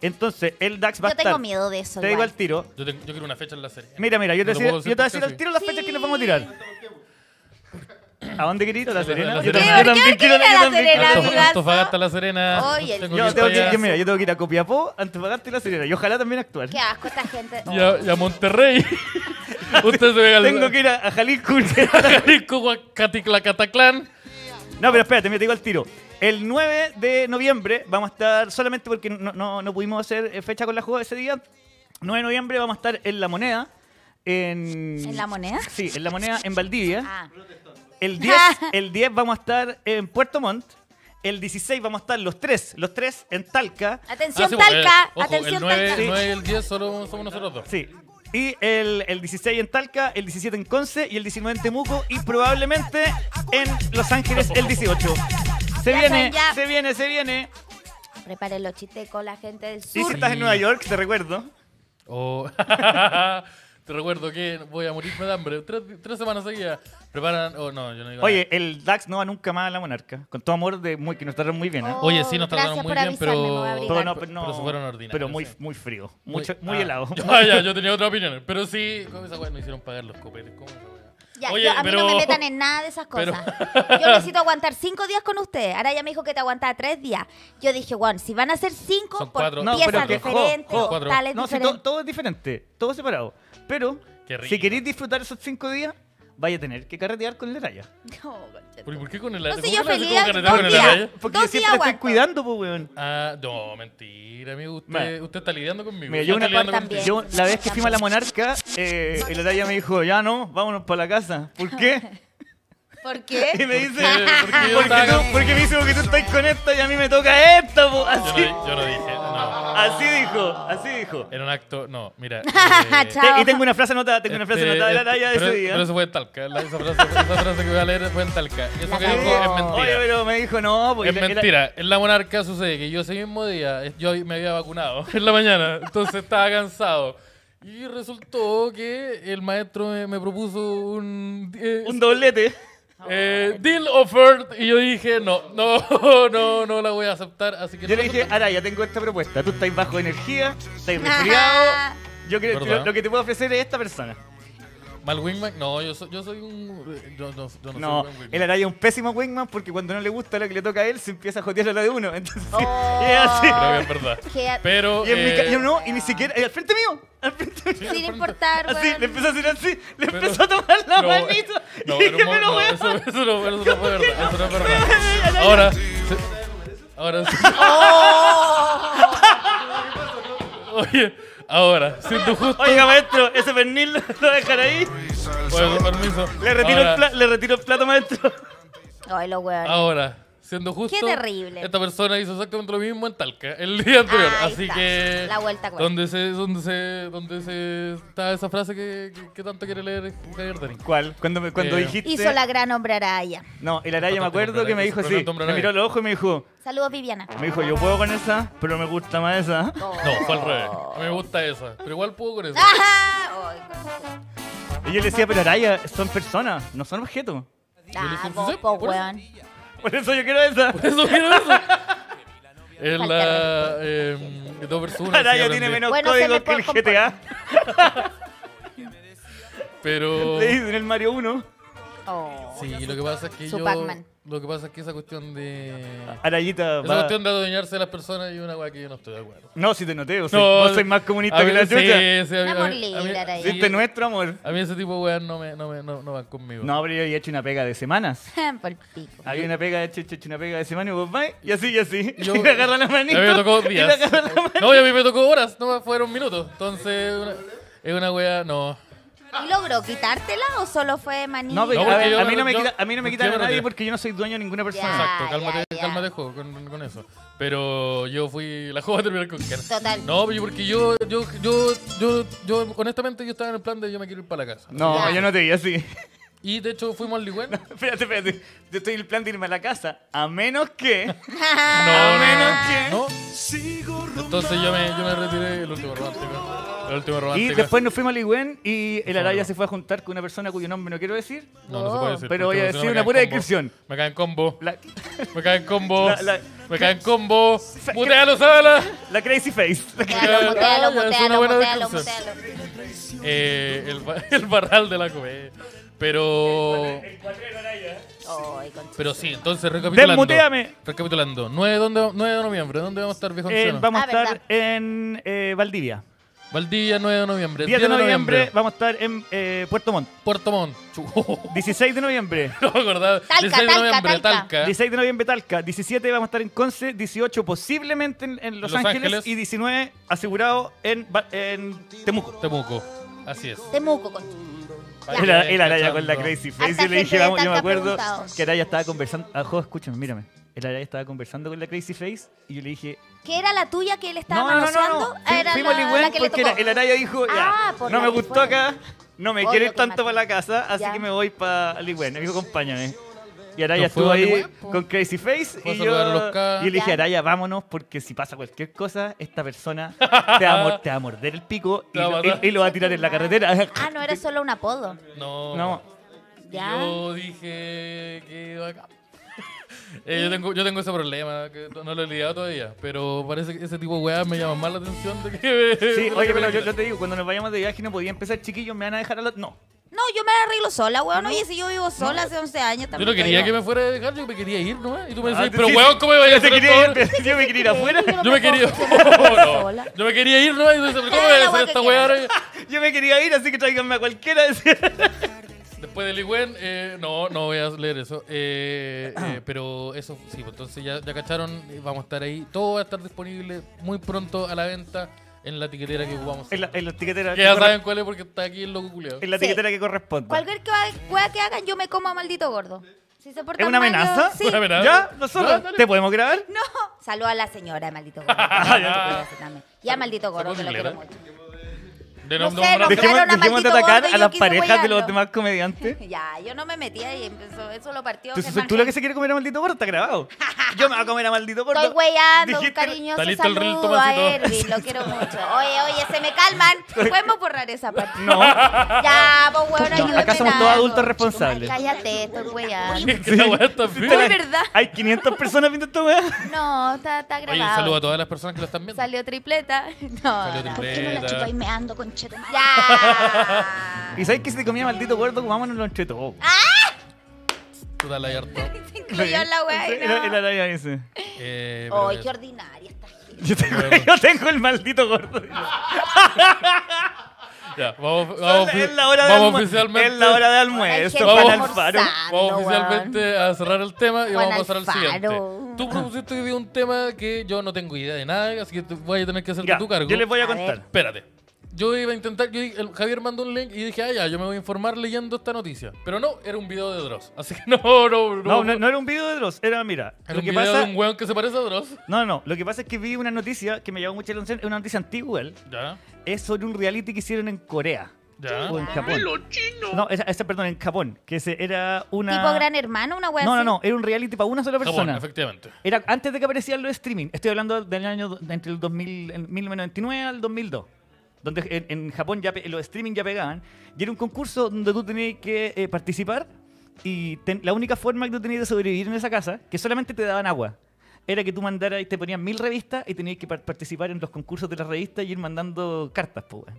S3: Entonces, el DAX va a
S1: Yo
S3: estar.
S1: tengo miedo de eso.
S3: Te digo
S1: igual.
S3: al tiro.
S2: Yo, te- yo quiero una fecha en la serie.
S3: Mira, mira, yo te,
S2: No lo
S3: voy a
S2: puedo
S3: decir- yo te voy a
S2: porque
S3: decir al
S2: sí.
S3: tiro las fechas que nos vamos a tirar. ¿A dónde querís? ¿A la Serena?
S2: La
S3: Yo
S2: Serena. ¿Por qué?
S3: también- yo también
S1: ¿Por qué
S3: quiero- yo
S1: ir a La
S3: también quiero-
S1: Serena?
S2: Antof-
S1: amigazo.
S2: Antofagasta, La Serena.
S1: Oye, el-
S2: ir
S3: Yo
S1: Yo
S3: tengo
S2: para
S3: que,
S2: allá.
S3: yo, mira, yo tengo que ir a Copiapó, Antofagasta y La Serena. Y ojalá también actuar.
S1: Qué asco esta gente.
S2: Y a, y a Monterrey. Usted se ve al
S3: Tengo que ir a, a Jalisco.
S2: Jalisco, Huacaticlacataclán.
S3: No, pero espérate, me te digo al tiro. El 9 de noviembre vamos a estar, solamente porque no, no- no pudimos hacer eh, fecha con la jugada ese día, 9 de noviembre vamos a estar en La Moneda. ¿En,
S1: ¿En La Moneda?
S3: Sí, en La Moneda, en Valdivia.
S1: Ah,
S3: El 10, el 10 vamos a estar en Puerto Montt. El 16 vamos a estar los tres, los tres en Talca.
S1: atención,
S2: Ah, sí, porque,
S1: Talca.
S2: ojo,
S1: atención,
S2: el 9,
S1: Talca.
S2: El 9 y el 10 solo somos nosotros dos.
S3: Sí. Y el, el 16 en Talca, el 17 en Conce y el 19 en Temuco y probablemente en Los Ángeles el 18. Se
S1: Ya
S3: viene,
S1: son ya.
S3: se viene, se viene.
S1: Preparen los chitecos, la gente del
S3: Y si
S1: sur.
S3: estás en Nueva York, te recuerdo.
S2: Oh, te recuerdo que voy a morirme de hambre. Tres, tres semanas seguidas. Preparan. Oh, no, yo no digo
S3: Oye, el DAX no va nunca más a la monarca. Con todo amor, de muy, que nos trataron muy bien. ¿eh?
S1: Oh,
S2: nada. Oye, sí, nos
S1: gracias
S2: trataron muy
S1: por
S2: bien,
S1: avisarme, me voy a
S2: pero.
S1: abrir.
S3: pero, no,
S2: pero
S3: no-
S2: se fueron ordinarios.
S3: Pero muy,
S2: sí.
S3: muy frío. Mucho, muy
S2: ah.
S3: helado.
S2: Ah, ya, yo tenía otra opinión. Pero sí, con esa weá no hicieron pagar los copetes. ¿Cómo esa weá?
S1: Ya,
S2: Oye,
S1: yo- a mí no me
S2: pero-
S1: metan en nada de esas
S2: pero-
S1: cosas. Yo necesito aguantar cinco días con ustedes. Ahora ya me dijo que te aguantaba tres días. Yo dije, bueno, si van a ser cinco,
S2: Son
S1: por
S2: cuatro.
S3: No,
S1: piezas
S3: pero que- jo,
S1: diferentes,
S3: jo.
S2: Cuatro.
S1: tales
S3: No, si to-
S1: diferentes.
S3: todo es diferente. Todo separado. Pero,
S2: Qué rico.
S3: si queréis disfrutar esos cinco días, vaya a tener que carretear con la raya.
S1: No, concha.
S2: ¿Por, por qué con el
S1: No sé,
S2: ¿por qué
S1: yo
S2: le hacen
S1: feliz,
S2: como carretera
S1: dos
S2: Ah, con el
S1: días.
S2: araya?
S3: Porque
S1: Dos
S3: yo siempre
S1: días
S3: te estoy
S1: aguanto.
S3: cuidando, pues, weón.
S2: Ah, no, mentira, amigo. Usted,
S3: Bueno.
S2: usted está lidiando conmigo.
S3: Mira,
S2: Usted
S3: yo
S2: está
S3: una
S2: lidiando
S1: parte-
S2: contigo.
S3: Yo, la vez que fuimos a la monarca, eh, el Araya me dijo, ya no, vámonos para la casa. ¿Por qué?
S1: ¿Por qué?
S3: Y me dice,
S2: Porque- porque yo
S3: porque,
S2: estaba-
S3: tú- porque me dice, porque tú estás con esta y a mí me toca esta, po".
S2: Yo
S3: Así,
S2: no, yo no dije, "Ah". no.
S3: así dijo, así dijo.
S2: Era un acto, no, mira. eh,
S1: Chao.
S3: Te- y tengo una frase anotada, tengo una frase
S2: este,
S3: anotada de la
S2: este,
S3: Araya de
S2: pero-
S3: ese día.
S2: Pero eso fue en Talca. la- esa, frase, esa frase que voy a leer fue en Talca. Eso
S1: La
S2: que
S1: cagó.
S2: dijo es
S3: Oye,
S2: mentira.
S3: pero me dijo, no, pues, porque
S2: es
S3: la- la-
S2: mentira. En la monarca sucede que yo ese mismo día, eh, yo me había vacunado en la mañana, entonces estaba cansado. Y resultó que el maestro me, me propuso un, eh,
S3: un doblete.
S2: eh, deal offered y yo dije, no, no, no, no la voy a aceptar. Así que no
S3: Yo le
S2: la
S3: dije,
S2: acepté.
S3: Araya, tengo esta propuesta. Tú estás bajo energía, estás
S1: Ajá.
S3: resfriado. Yo creo
S2: ¿Verdad?
S3: lo, lo que te puedo ofrecer es esta persona.
S2: Mal Wingman, no, yo soy, yo soy un. eh, Yo, no- yo no, soy un
S3: No,
S2: buen
S3: el
S2: Wingman.
S3: Araya es un pésimo wingman porque cuando no le gusta la que le toca a él, se empieza a jotear a la de uno. Entonces,
S1: Oh.
S3: es así.
S2: Creo que es verdad.
S1: Que-
S2: Pero.
S3: Y en mi ca-
S2: eh,
S3: yo no, y ni siquiera, eh, al frente mío, al frente mío.
S1: Sin importar,
S3: Así,
S1: weón.
S3: le empezó a hacer así, le
S2: Pero-
S3: empezó a tomar la
S2: no,
S3: manito.
S2: No, pero
S3: y dije,
S2: mo-
S3: pero
S2: no,
S3: weón.
S2: eso, eso no, eso no fue verdad. Eso no fue verdad. Ahora. se- ahora sí.
S3: ¡Oh!
S2: Oye, ahora, siento justo.
S3: Oiga, maestro, ese pernil lo dejan ahí.
S2: Oye, con permiso.
S3: Le retiro, el
S2: Ahora,
S3: pla- le retiro el plato, maestro.
S1: Ay, los hueones.
S2: Ah, Ahora, siendo justo,
S1: terrible.
S2: esta persona hizo exactamente lo mismo en Talca el día anterior.
S1: Ahí
S2: así
S1: está,
S2: que.
S1: la vuelta cuenta.
S2: donde se, donde se, donde se está esa frase que, que, que tanto quiere leer Javier Darín.
S3: ¿Cuál? Cuando, me- cuando
S2: Eh,
S3: dijiste.
S1: Hizo la gran hombre araya.
S3: No, el araya me acuerdo que me dijo así. Me miró los ojos y me dijo,
S1: Saludos, Viviana.
S3: me dijo, yo puedo con esa, pero me gusta más esa.
S1: Oh.
S2: No, fue al revés. A mí me gusta esa. Pero igual puedo con eso.
S1: Ajá. Ay,
S3: Y yo le decía, pero araya, son personas, no son objetos.
S1: ah,
S2: dije,
S1: vos,
S2: sí,
S1: po,
S2: por eso.
S1: hueón.
S3: Por eso yo quiero esa.
S2: Eso quiero eso. Es
S1: Falta
S2: la. Eh, dos personas.
S3: Araya tiene menos
S1: Bueno, se
S3: códigos
S1: me
S3: que el
S1: puede
S3: GTA.
S2: Pero.
S3: Le dicen el Mario 1.
S1: Oh.
S2: Sí, lo que pasa es que
S1: Su
S2: yo.
S1: Pac-Man.
S2: Lo que pasa es que esa cuestión de.
S3: Arayita
S2: Ah. Esa
S3: Ah, va.
S2: cuestión de adueñarse de las personas y una weá que yo no estoy de acuerdo.
S3: No, si te noté, o sea,
S2: No,
S3: vos sois más comunista
S2: a
S3: que
S2: mí-
S3: la
S2: sí,
S3: chucha. Este
S2: sí, a mí-
S1: Amor
S2: a mí- a mí-
S1: libre, Araya.
S2: sí,
S3: Viste nuestro amor.
S2: A mí ese tipo de weas no me, no me no, no van conmigo.
S3: No, pero yo había hecho una pega de semanas.
S1: Oh, Por pico.
S3: Había una pega de chucha, una pega de semana y vos vais, y así, y así.
S2: Yo-
S3: y le agarra la
S2: A mí
S3: manita.
S2: me tocó
S3: y le
S2: días.
S3: agarra la mano.
S2: No, y a mí me tocó horas, no fueron minutos. Entonces, una- es una wea, no.
S1: ¿Y logró quitártela o solo fue manía?
S3: No, pero
S2: No,
S3: a,
S2: porque
S3: ver,
S2: yo-
S3: a mí no me
S2: yo-
S3: quita, a mí no me
S2: yo
S3: quitaron
S2: me
S3: a nadie
S2: retiré.
S3: porque yo no soy dueño de ninguna persona.
S1: Ya,
S2: Exacto, cálmate,
S1: ya, ya.
S2: cálmate, juego con, con eso. Pero yo fui. La juego va a terminar con ganas.
S1: Total.
S2: No, pero porque yo, yo, yo, yo, yo, honestamente, yo estaba en el plan de yo me quiero ir para la casa.
S3: No,
S1: Ya.
S3: yo no te vi así.
S2: Y de hecho fuimos al Ligüen.
S3: espérate, espérate. Yo estoy en el plan de irme a la casa. A menos que.
S2: No, no,
S3: menos que-
S2: no. No. Entonces yo me, yo me retiré el último romántico. El último
S3: Y
S2: romántico.
S3: después nos fuimos a Ligüen y el Araya
S2: no.
S3: se fue a juntar con una persona cuyo nombre no quiero decir.
S2: No, no se puede decir.
S3: Pero
S2: porque
S3: voy a
S2: si no me
S3: decir una
S2: caen
S3: pura
S2: combo.
S3: descripción.
S2: Me caen combo.
S3: La,
S2: Me caen combo.
S3: La- la-
S2: Me caen combo. Mutealo, Sala.
S3: la Crazy Face.
S1: Mutealo, mutealo,
S2: Ya, es una
S1: mutealo,
S2: buena
S1: mutealo,
S2: descripción.
S1: mutealo.
S2: Eh, el, ba- el barral de la comedia. Pero.
S1: Ay, con-
S2: Pero sí, entonces recapitulando.
S3: Desmuteame.
S2: Recapitulando. 9, ¿dónde, 9 de noviembre. ¿Dónde vamos a estar, viejo?
S3: Eh,
S2: anciano?
S3: vamos a
S1: Ah,
S3: estar
S1: verdad.
S3: en eh, Valdivia.
S2: Valdivia, 9 de noviembre.
S3: 10 de noviembre Oh. vamos a estar en eh, Puerto Montt.
S2: Puerto Montt. Chu-
S3: 16 de noviembre.
S2: No me acordaba.
S1: Talca,
S2: 16 de
S1: Talca,
S2: noviembre,
S1: Talca.
S2: Talca.
S3: 16 de noviembre Talca, 17 vamos a estar en Conce, 18 posiblemente en, en Los,
S2: Los
S3: Ángeles,
S2: Ángeles.
S3: y 19 asegurado en, Ba- en Temuco.
S2: Temuco. Así es.
S1: Temuco, con...
S3: El, el Araya con la Crazy Face.
S1: Harta
S3: Yo le dije,
S1: gente de
S3: vamos, yo me
S1: Talca
S3: acuerdo
S1: preguntado.
S3: que Araya estaba conversando. Ajo, escúchame, mírame. El Araya estaba conversando con la Crazy Face y yo le dije,
S1: ¿Qué era la tuya que él estaba
S3: no, no, no,
S1: manoseando?
S3: no.
S1: Ah, Era
S3: Fuimos
S1: la,
S3: a
S1: la
S3: Ligüen
S1: que le
S3: porque
S1: tocó.
S3: era- el Araya dijo, ya,
S1: Ah, por
S3: no
S1: la
S3: me
S1: Ligüen.
S3: gustó acá, no me
S1: Obvio
S3: quiero ir
S1: que
S3: tanto
S1: mató.
S3: para la casa, así
S1: Ya.
S3: que me voy para Ligüen. Me dijo, acompáñame. Y Araya
S2: ¿No
S3: estuvo
S2: fue a
S3: ahí
S2: Ligüen, po?
S3: con Crazy Face
S2: Fue a
S3: y
S2: saludar a los
S3: yo
S2: cabros.
S3: y le dije,
S1: Ya.
S3: Araya, vámonos porque si pasa cualquier cosa, esta persona te va a, mor- te va a morder el pico y,
S2: Te va a
S3: lo-
S2: matar.
S3: y- y lo va a tirar en la carretera.
S1: Ah, no era solo un apodo.
S2: No.
S3: No,
S1: Ya.
S2: Yo dije que iba acá. Eh, yo, tengo, yo tengo ese problema, que no no lo he lidiado todavía, pero parece que ese tipo de weas me llama más la atención de que...
S3: sí, oye, pero yo, yo te digo, cuando nos vayamos de viaje no podía empezar, chiquillos, me van a dejar a los... No,
S1: No, yo me la arreglo sola, weón. Oye, si yo vivo sola hace 11 años
S2: Yo
S1: también.
S2: no
S1: te
S2: quería
S1: digo.
S2: que me fuera a dejar, yo me quería ir nomás. Y tú me
S3: Ah,
S2: decías,
S3: te-
S2: pero
S3: sí,
S2: weón,
S3: sí.
S2: ¿cómo me vayas a
S3: Te
S2: hacer
S3: quería
S2: esto?
S3: ir- yo me quería ir afuera.
S1: no
S2: Yo
S1: me
S2: me quería...
S1: puedo funcionar
S2: Oh, no.
S1: sola.
S2: Yo me quería ir nomás y tú dices, ¿cómo me
S1: Cada
S2: vayas a
S1: agua
S2: hacer
S1: que
S2: esta
S1: quieras.
S2: wea ahora?
S3: Yo me quería ir, así que tráiganme a cualquiera. decía.
S2: Después del Ligüen, eh, no, no voy a leer eso. Eh, eh, pero eso, sí, pues entonces ya, ya cacharon, eh, vamos a estar ahí. Todo va a estar disponible muy pronto a la venta en la tiquetera que ocupamos.
S3: En la, en la etiquetera.
S2: Que
S3: que
S2: ya
S3: corre-
S2: saben cuál es porque está aquí el loco culiado.
S3: en la
S1: Sí.
S3: etiquetera que corresponde.
S1: Cualquier que wea que hagan, yo me como a maldito gordo. Si se porta
S3: ¿Es una
S1: mal, yo-
S3: amenaza?
S1: Sí.
S2: Una amenaza.
S3: ¿Ya? ¿Nosotros?
S2: Ya, dale.
S3: ¿Te podemos grabar?
S1: No. Saluda a la señora, maldito gordo. Ya, ya maldito gordo, que lo quiero mucho.
S2: De nom-
S1: No sé,
S2: nom-
S1: no-
S2: nom-
S1: Compraron a
S3: Dejemos, dejemos de
S1: Maldito
S3: atacar
S1: Gordo y
S3: a
S1: yo
S3: las
S1: quise
S3: parejas de los
S1: huellarlo.
S3: demás comediantes.
S1: Ya, yo no me metía y empezó, eso lo partió.
S3: Tú,
S1: Germán
S3: tú lo que
S1: Gen-
S3: se quiere comer a maldito gordo está grabado. Yo me voy a comer a maldito gordo.
S1: Estoy weyando, un
S3: Dijiste-
S1: cariñoso
S2: Está listo el reel,
S1: saludo
S2: toma
S1: a
S2: así todo.
S1: Erwin, lo quiero mucho. Oye, oye, se me calman. Podemos borrar esa parte.
S3: No.
S1: Ya, pues weón,
S3: No,
S1: ayúdame
S3: acá somos
S1: en
S3: todos
S1: algo.
S3: adultos responsables.
S1: Cállate, estoy weyando.
S2: Que esta wea está
S3: Sí,
S2: fea.
S3: te la-
S1: verdad.
S3: Hay 500 personas viendo esta weá.
S1: No, está, está
S2: Oye, un saludo
S1: grabado.
S2: a todas las personas que lo están viendo.
S1: Salió tripleta. No.
S2: Salió
S1: no.
S5: ¿Por qué no la
S2: Neta.
S5: chupa y me ando con cheto?
S1: Ya.
S3: Y sabes que si te comía maldito gordo, comámonos entre todos.
S1: Ah,
S2: Puta la harta.
S1: Se incluyó en la wea. y
S3: El, el
S1: no.
S3: Araya dice.
S2: Eh, pero
S1: Ay,
S2: eso.
S1: qué ordinaria esta gente.
S3: Yo tengo,
S2: Bueno.
S3: yo tengo el maldito gordo.
S2: Ya, vamos, vamos,
S3: Es la hora de
S2: vamos
S3: almu-
S2: oficialmente.
S3: Es la hora de
S1: Hay
S3: almuerzo.
S1: gente
S2: vamos
S3: Juan
S2: al
S3: Alfaro.
S1: almorzando,
S2: Vamos
S1: weón.
S2: oficialmente a cerrar el tema y
S1: Juan
S2: vamos a pasar al
S1: Alfaro.
S2: siguiente. Tú propusiste hoy día un tema que yo no tengo idea de nada, así que te- voy a tener que hacerte
S3: Ya,
S2: tu cargo.
S3: yo les voy a
S1: A ver.
S3: contar.
S2: Espérate. Yo iba a intentar, yo dije- el- Javier mandó un link y dije, ah, ya, yo me voy a informar leyendo esta noticia. Pero no, era un video de Dross. Así que no, no, no.
S3: No, no, no era un video de Dross, era, mira,
S2: Era
S3: lo
S2: un
S3: que
S2: video
S3: pasa...
S2: de un weón que se parece a Dross.
S3: No, no, lo que pasa es que vi una noticia que me llamó mucha atención, es una noticia antigua, igual.
S2: Ya,
S3: es sobre un reality que hicieron en Corea.
S2: ya.
S3: O en Japón. No, esa, esa, perdón, en Japón, que se, era una...
S1: Tipo Gran Hermano, una wea
S3: no, no,
S1: así.
S3: no, era un reality para una sola
S2: Japón,
S3: persona.
S2: efectivamente.
S3: Era antes de que aparecieran los streaming. Estoy hablando del año do- de entre el 2000, en 1999 al 2002. Donde en, en Japón ya pe- los streaming ya pegaban. Y era un concurso donde tú tenías que eh, participar. Y ten- la única forma que tú tenías de sobrevivir en esa casa, que solamente te daban agua, era que tú mandaras y te ponían mil revistas y tenías que par- participar en los concursos de las revistas y ir mandando cartas, pues, weón.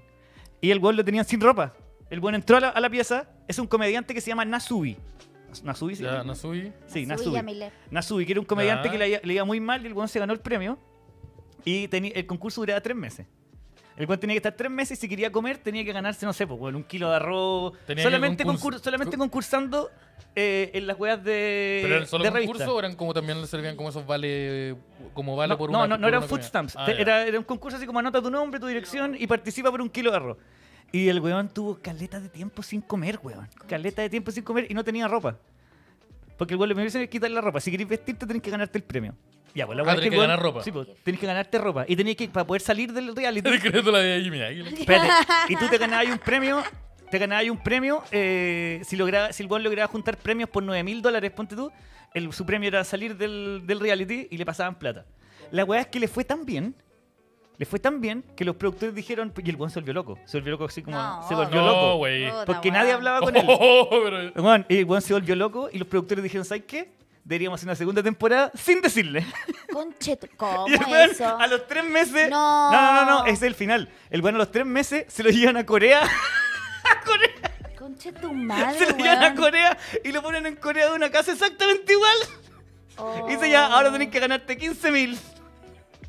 S3: Y el weón lo tenían sin ropa. El weón entró a la, a la pieza. Es un comediante que se llama Nasubi. Nasubi, sí.
S2: Ya, Nasui.
S3: Sí,
S1: Nasubi
S3: Nasubi.
S1: Yamile.
S3: Nasubi, que era un comediante
S2: Ya.
S3: que le, iba- le iba muy mal y el weón se ganó el premio. Y teni- el concurso duraba tres meses. El weón tenía que estar tres meses y si quería comer tenía que ganarse, no sé, pues, weón, un kilo de arroz.
S2: Tenía que
S3: solamente,
S2: concurs-
S3: concur- solamente
S2: co-
S3: concursando eh, en las weas de.
S2: ¿Pero eran solo
S3: Eh, de
S2: concursos
S3: revista.
S2: o eran como también le servían como esos vale, como vale
S3: No,
S2: por
S3: no,
S2: una
S3: no, no
S2: por
S3: eran
S2: una
S3: food
S2: comida?
S3: stamps.
S2: Ah,
S3: Te-
S2: ya.
S3: era, era un concurso así como anota tu nombre, tu dirección y participa por un kilo de arroz. Y el weón tuvo caleta de tiempo sin comer, weón. Caleta de tiempo sin comer y no tenía ropa. Porque el weón lo primero que hizo es quitar la ropa. Si querés vestirte, tenés que ganarte el premio. Ya, pues la
S2: Ah,
S3: weá es
S2: tenés
S3: el
S2: que
S3: weón-
S2: ganar ropa.
S3: Sí, pues, tenés que ganarte ropa. Y tenías que, para poder salir del reality,
S2: Decreto la de Jimmy Águila.
S3: Espérate, y tú te ganabas un premio, te ganabas un premio, eh, si, lograba, si el weón lograba juntar premios por 9 mil dólares, ponte tú, el, su premio era salir del, del reality y le pasaban plata. La weá es que le fue tan bien, le fue tan bien, que los productores dijeron, "Pues", y el weón se volvió loco, se volvió loco así como,
S1: No,
S3: se
S1: obvio.
S3: volvió
S2: No,
S3: loco.
S2: güey.
S1: Puta,
S3: Porque
S1: weón.
S3: nadie hablaba con él.
S2: Oh, pero-
S3: Weón, y el weón se volvió loco y los productores dijeron, ¿sabes qué? Deberíamos hacer una segunda temporada sin decirle.
S1: Conche, tu- ¿cómo
S3: Y el weón,
S1: eso?
S3: a los tres meses.
S1: No.
S3: no, no, no, es el final. El bueno a los tres meses se lo llevan a Corea. a Corea.
S1: Conche tu madre,
S3: se lo llevan a
S1: weón.
S3: Corea y lo ponen en Corea de una casa exactamente igual.
S1: Oh,
S3: Y dice ya, ahora tenés que ganarte 15 mil.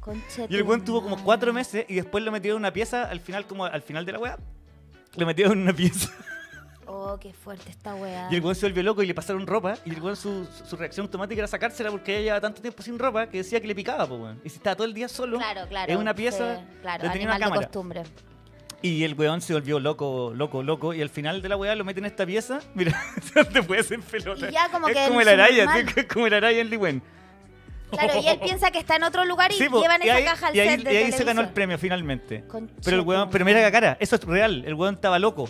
S1: conche
S3: Y el
S1: tu
S3: buen tuvo como
S1: madre.
S3: cuatro meses y después lo metieron en una pieza al final, como al final de la wea. Lo metieron en una pieza.
S1: Oh, qué fuerte esta weá.
S3: Y el weón se volvió loco y le pasaron ropa. Y el weón su, su- su reacción automática era sacársela porque ella llevaba tanto tiempo sin ropa que decía que le picaba, pues weón. Y si estaba todo el día solo
S1: Claro, claro.
S3: en una pieza,
S1: sí, claro,
S3: le tenía una
S1: animal de
S3: cámara.
S1: costumbre.
S3: Y el weón se volvió loco, loco, loco. Y al final de la weá lo meten en esta pieza. Mira, te puedes en pelota.
S1: Y ya como
S3: es
S1: que
S3: como
S1: en
S3: el araya,
S1: Superman.
S3: sí, es como el araya en Liwen.
S1: Claro, y él piensa que está en otro lugar y
S3: Sí, po,
S1: llevan
S3: y
S1: esa
S3: ahí,
S1: caja al
S3: y ahí-
S1: set de
S3: y ahí se ganó el
S1: televisión.
S3: premio finalmente.
S1: Concha
S3: Pero el
S1: tu
S3: weón, pero mira la cara, eso es real. El weón estaba loco.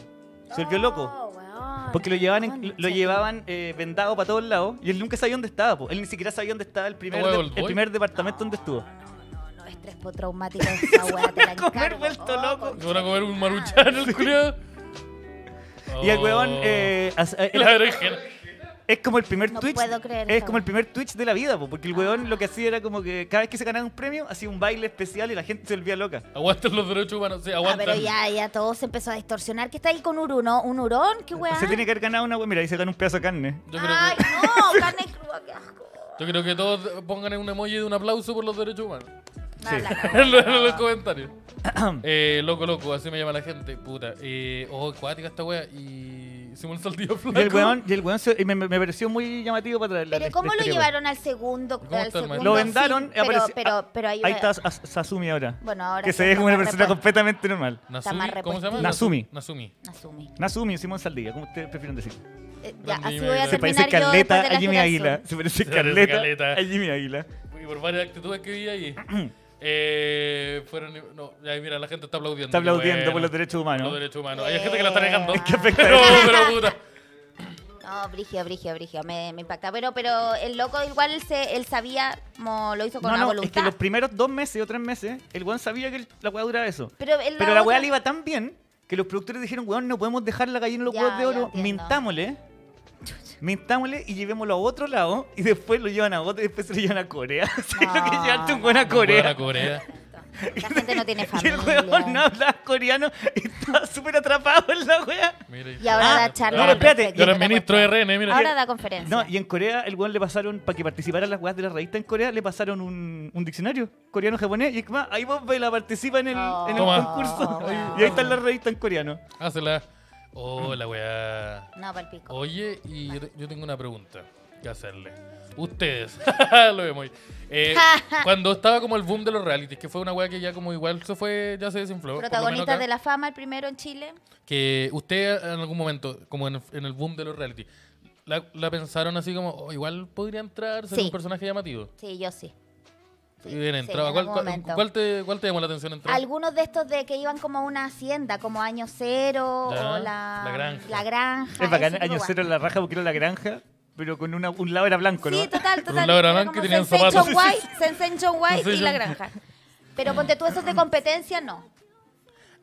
S3: Se volvió loco.
S1: Oh, weón.
S3: Porque lo llevaban, en- lo
S1: Concha tu
S3: llevaban eh, vendado para todos lados y él nunca sabía dónde estaba. po. Él ni siquiera sabía dónde estaba el primer,
S2: Como
S3: de-
S2: Old
S3: el
S2: Boy.
S3: primer departamento donde estuvo.
S1: No, no, estrés postraumático de esa weá, te la
S3: a comer
S1: encargo. Oh,
S3: vuelto loco.
S1: concha
S2: Se van a comer un
S1: tu
S2: maruchan
S1: madre.
S2: el culiado.
S3: Y el weón
S2: Oh.
S3: eh, as- eh,
S2: La berenjena.
S3: Es como el primer
S1: No
S3: Twitch.
S1: puedo creer
S3: es
S1: esta
S3: como el
S1: weá. Ah.
S3: primer Twitch de la vida, po, porque el weón lo que hacía era como que cada vez que se ganaba un premio, hacía un baile especial y la gente se volvía loca.
S2: Aguantan los derechos humanos. Sí,
S1: Ah,
S2: aguantan.
S1: pero ya, ya todo se empezó a distorsionar. ¿Qué está ahí con Uruno? ¿Un hurón? ¿Qué weá?
S3: Se tiene que haber ganado una weá. Mira, ahí se gana un pedazo de carne.
S2: Yo creo,
S1: Ay,
S2: que,
S1: no, carne cruda, qué asco.
S2: yo creo que todos pongan un emoji de un aplauso por los derechos humanos.
S1: No,
S3: Sí.
S1: la cagó.
S2: en los, en los comentarios. Eh, loco, loco, así me llama la gente. Puta. Eh, ojo, acuática esta wea. Y hicimos un saltillo
S3: Y
S2: flaco.
S3: el weón, y el weón se- y me, me- me pareció muy llamativo para traerla.
S1: Pero ¿cómo lo llevaron al segundo?
S2: ¿Cómo
S1: al
S2: está el
S1: segundo
S2: maestro?
S3: pues. Lo
S2: No,
S1: sí,
S3: vendaron.
S1: pero,
S3: apareció-
S1: pero,
S3: ah,
S1: pero ahí,
S3: ahí está As- Sasumi ahora.
S1: Bueno, ahora
S3: Que
S1: sí
S3: se ve
S1: está
S3: como una
S1: más
S3: persona
S1: repuesto.
S3: completamente normal.
S2: Nasumi,
S1: Está más
S2: ¿Cómo se llama?
S3: Nasumi.
S2: Nasumi.
S1: Nasumi.
S3: Nasumi o Simón Saldivia, como ustedes prefieren decir.
S1: Eh, ya,
S2: Grande
S1: así
S2: Jimmy
S1: voy a
S2: Aguilar.
S3: Se
S1: terminar
S3: parece
S1: yo
S3: Carleta
S1: después de
S3: a
S1: la
S3: Jimmy
S1: generación.
S3: Águila. Se parece
S2: Se parece
S3: Carleta
S2: Caleta.
S3: a Jimmy Águila.
S2: Y por varias actitudes que vi ahí. eh, fueron. No, ya, mira, la gente está aplaudiendo.
S3: Está
S2: qué
S3: aplaudiendo por los derechos
S2: Por
S3: humanos.
S2: los derechos humanos. Hay gente que la está negando.
S1: Es que
S3: afecta.
S2: Pero, pero puta.
S1: No, Brigio, Brigio, Brigio, me, me impacta. Pero, pero el loco igual él, se, él sabía, como lo hizo con
S3: No,
S1: la
S3: no, es que
S1: voluntad.
S3: los primeros dos meses o tres meses, el weón sabía que el- la weá duraba eso.
S1: Pero, en
S3: Pero la
S1: otra-
S3: weá le iba tan bien que los productores dijeron, weón, no podemos dejar la gallina en los
S1: Ya,
S3: huevos de
S1: ya
S3: oro,
S1: entiendo.
S3: mintámosle. Mintámosle y llevémoslo a otro lado y después lo llevan a otro y después se lo llevan a Corea. ¿Sabes lo que
S1: No,
S3: llevaste un weón a
S2: Corea.
S3: Corea?
S2: a Corea.
S1: La gente no Ah. tiene
S3: Y
S1: familia.
S3: el weón no hablaba coreano y estaba súper atrapado en la weá.
S2: Mira,
S1: Y ahora
S3: Ah,
S1: da charla.
S3: no, pero espérate,
S1: respecto
S2: Yo
S1: a
S2: era
S1: otra
S2: ministro de
S1: cuestión.
S2: RN, mira.
S1: Ahora da conferencia.
S3: No, y en Corea el weón le pasaron, para que participaran las weas de la revista en Corea, le pasaron un, un diccionario coreano-japonés y es más, ahí vos ve la participa en el, en el
S2: Toma.
S3: concurso.
S1: Oh,
S3: Y ahí están las revistas en coreano.
S2: Hazla. Hola, weá.
S1: No, palpico.
S2: Oh, Oye, y yo, te- yo tengo una pregunta. que hacerle. Ustedes. lo vemos ahí. Eh, cuando estaba como el boom de los realities, que fue una weá que ya como igual se fue, ya se desinfló. por lo menos
S1: Protagonista
S2: acá,
S1: de la fama, el primero en Chile.
S2: Que usted en algún momento, como en el, en el boom de los realities, la, la pensaron así como, "Oh, igual podría entrar, ser
S1: Sí.
S2: un personaje llamativo.
S1: Sí, yo sí.
S2: Y bien,
S1: sí,
S2: entraba.
S1: en
S2: ¿Cuál,
S1: algún
S2: cuál-
S1: momento.
S2: cuál te, ¿Cuál te llamó la atención entrar?
S1: Algunos de estos de que iban como a una hacienda, como Año Cero
S2: Ya,
S1: o la,
S2: La Granja.
S1: La Granja,
S3: Es bacán,
S1: ese tipo
S3: año
S1: de
S3: cero en la raja porque era la granja, pero con una, un lado era blanco,
S1: Sí,
S3: ¿no?
S1: total,
S2: Por un
S1: total.
S2: lado era
S1: Era
S2: blanco y
S1: como
S2: tenían
S1: Sensei
S2: zapatos.
S1: John White, Sensei John White y
S2: Sensei
S1: la
S2: John-
S1: granja. Pero ponte tú esos de competencia, no.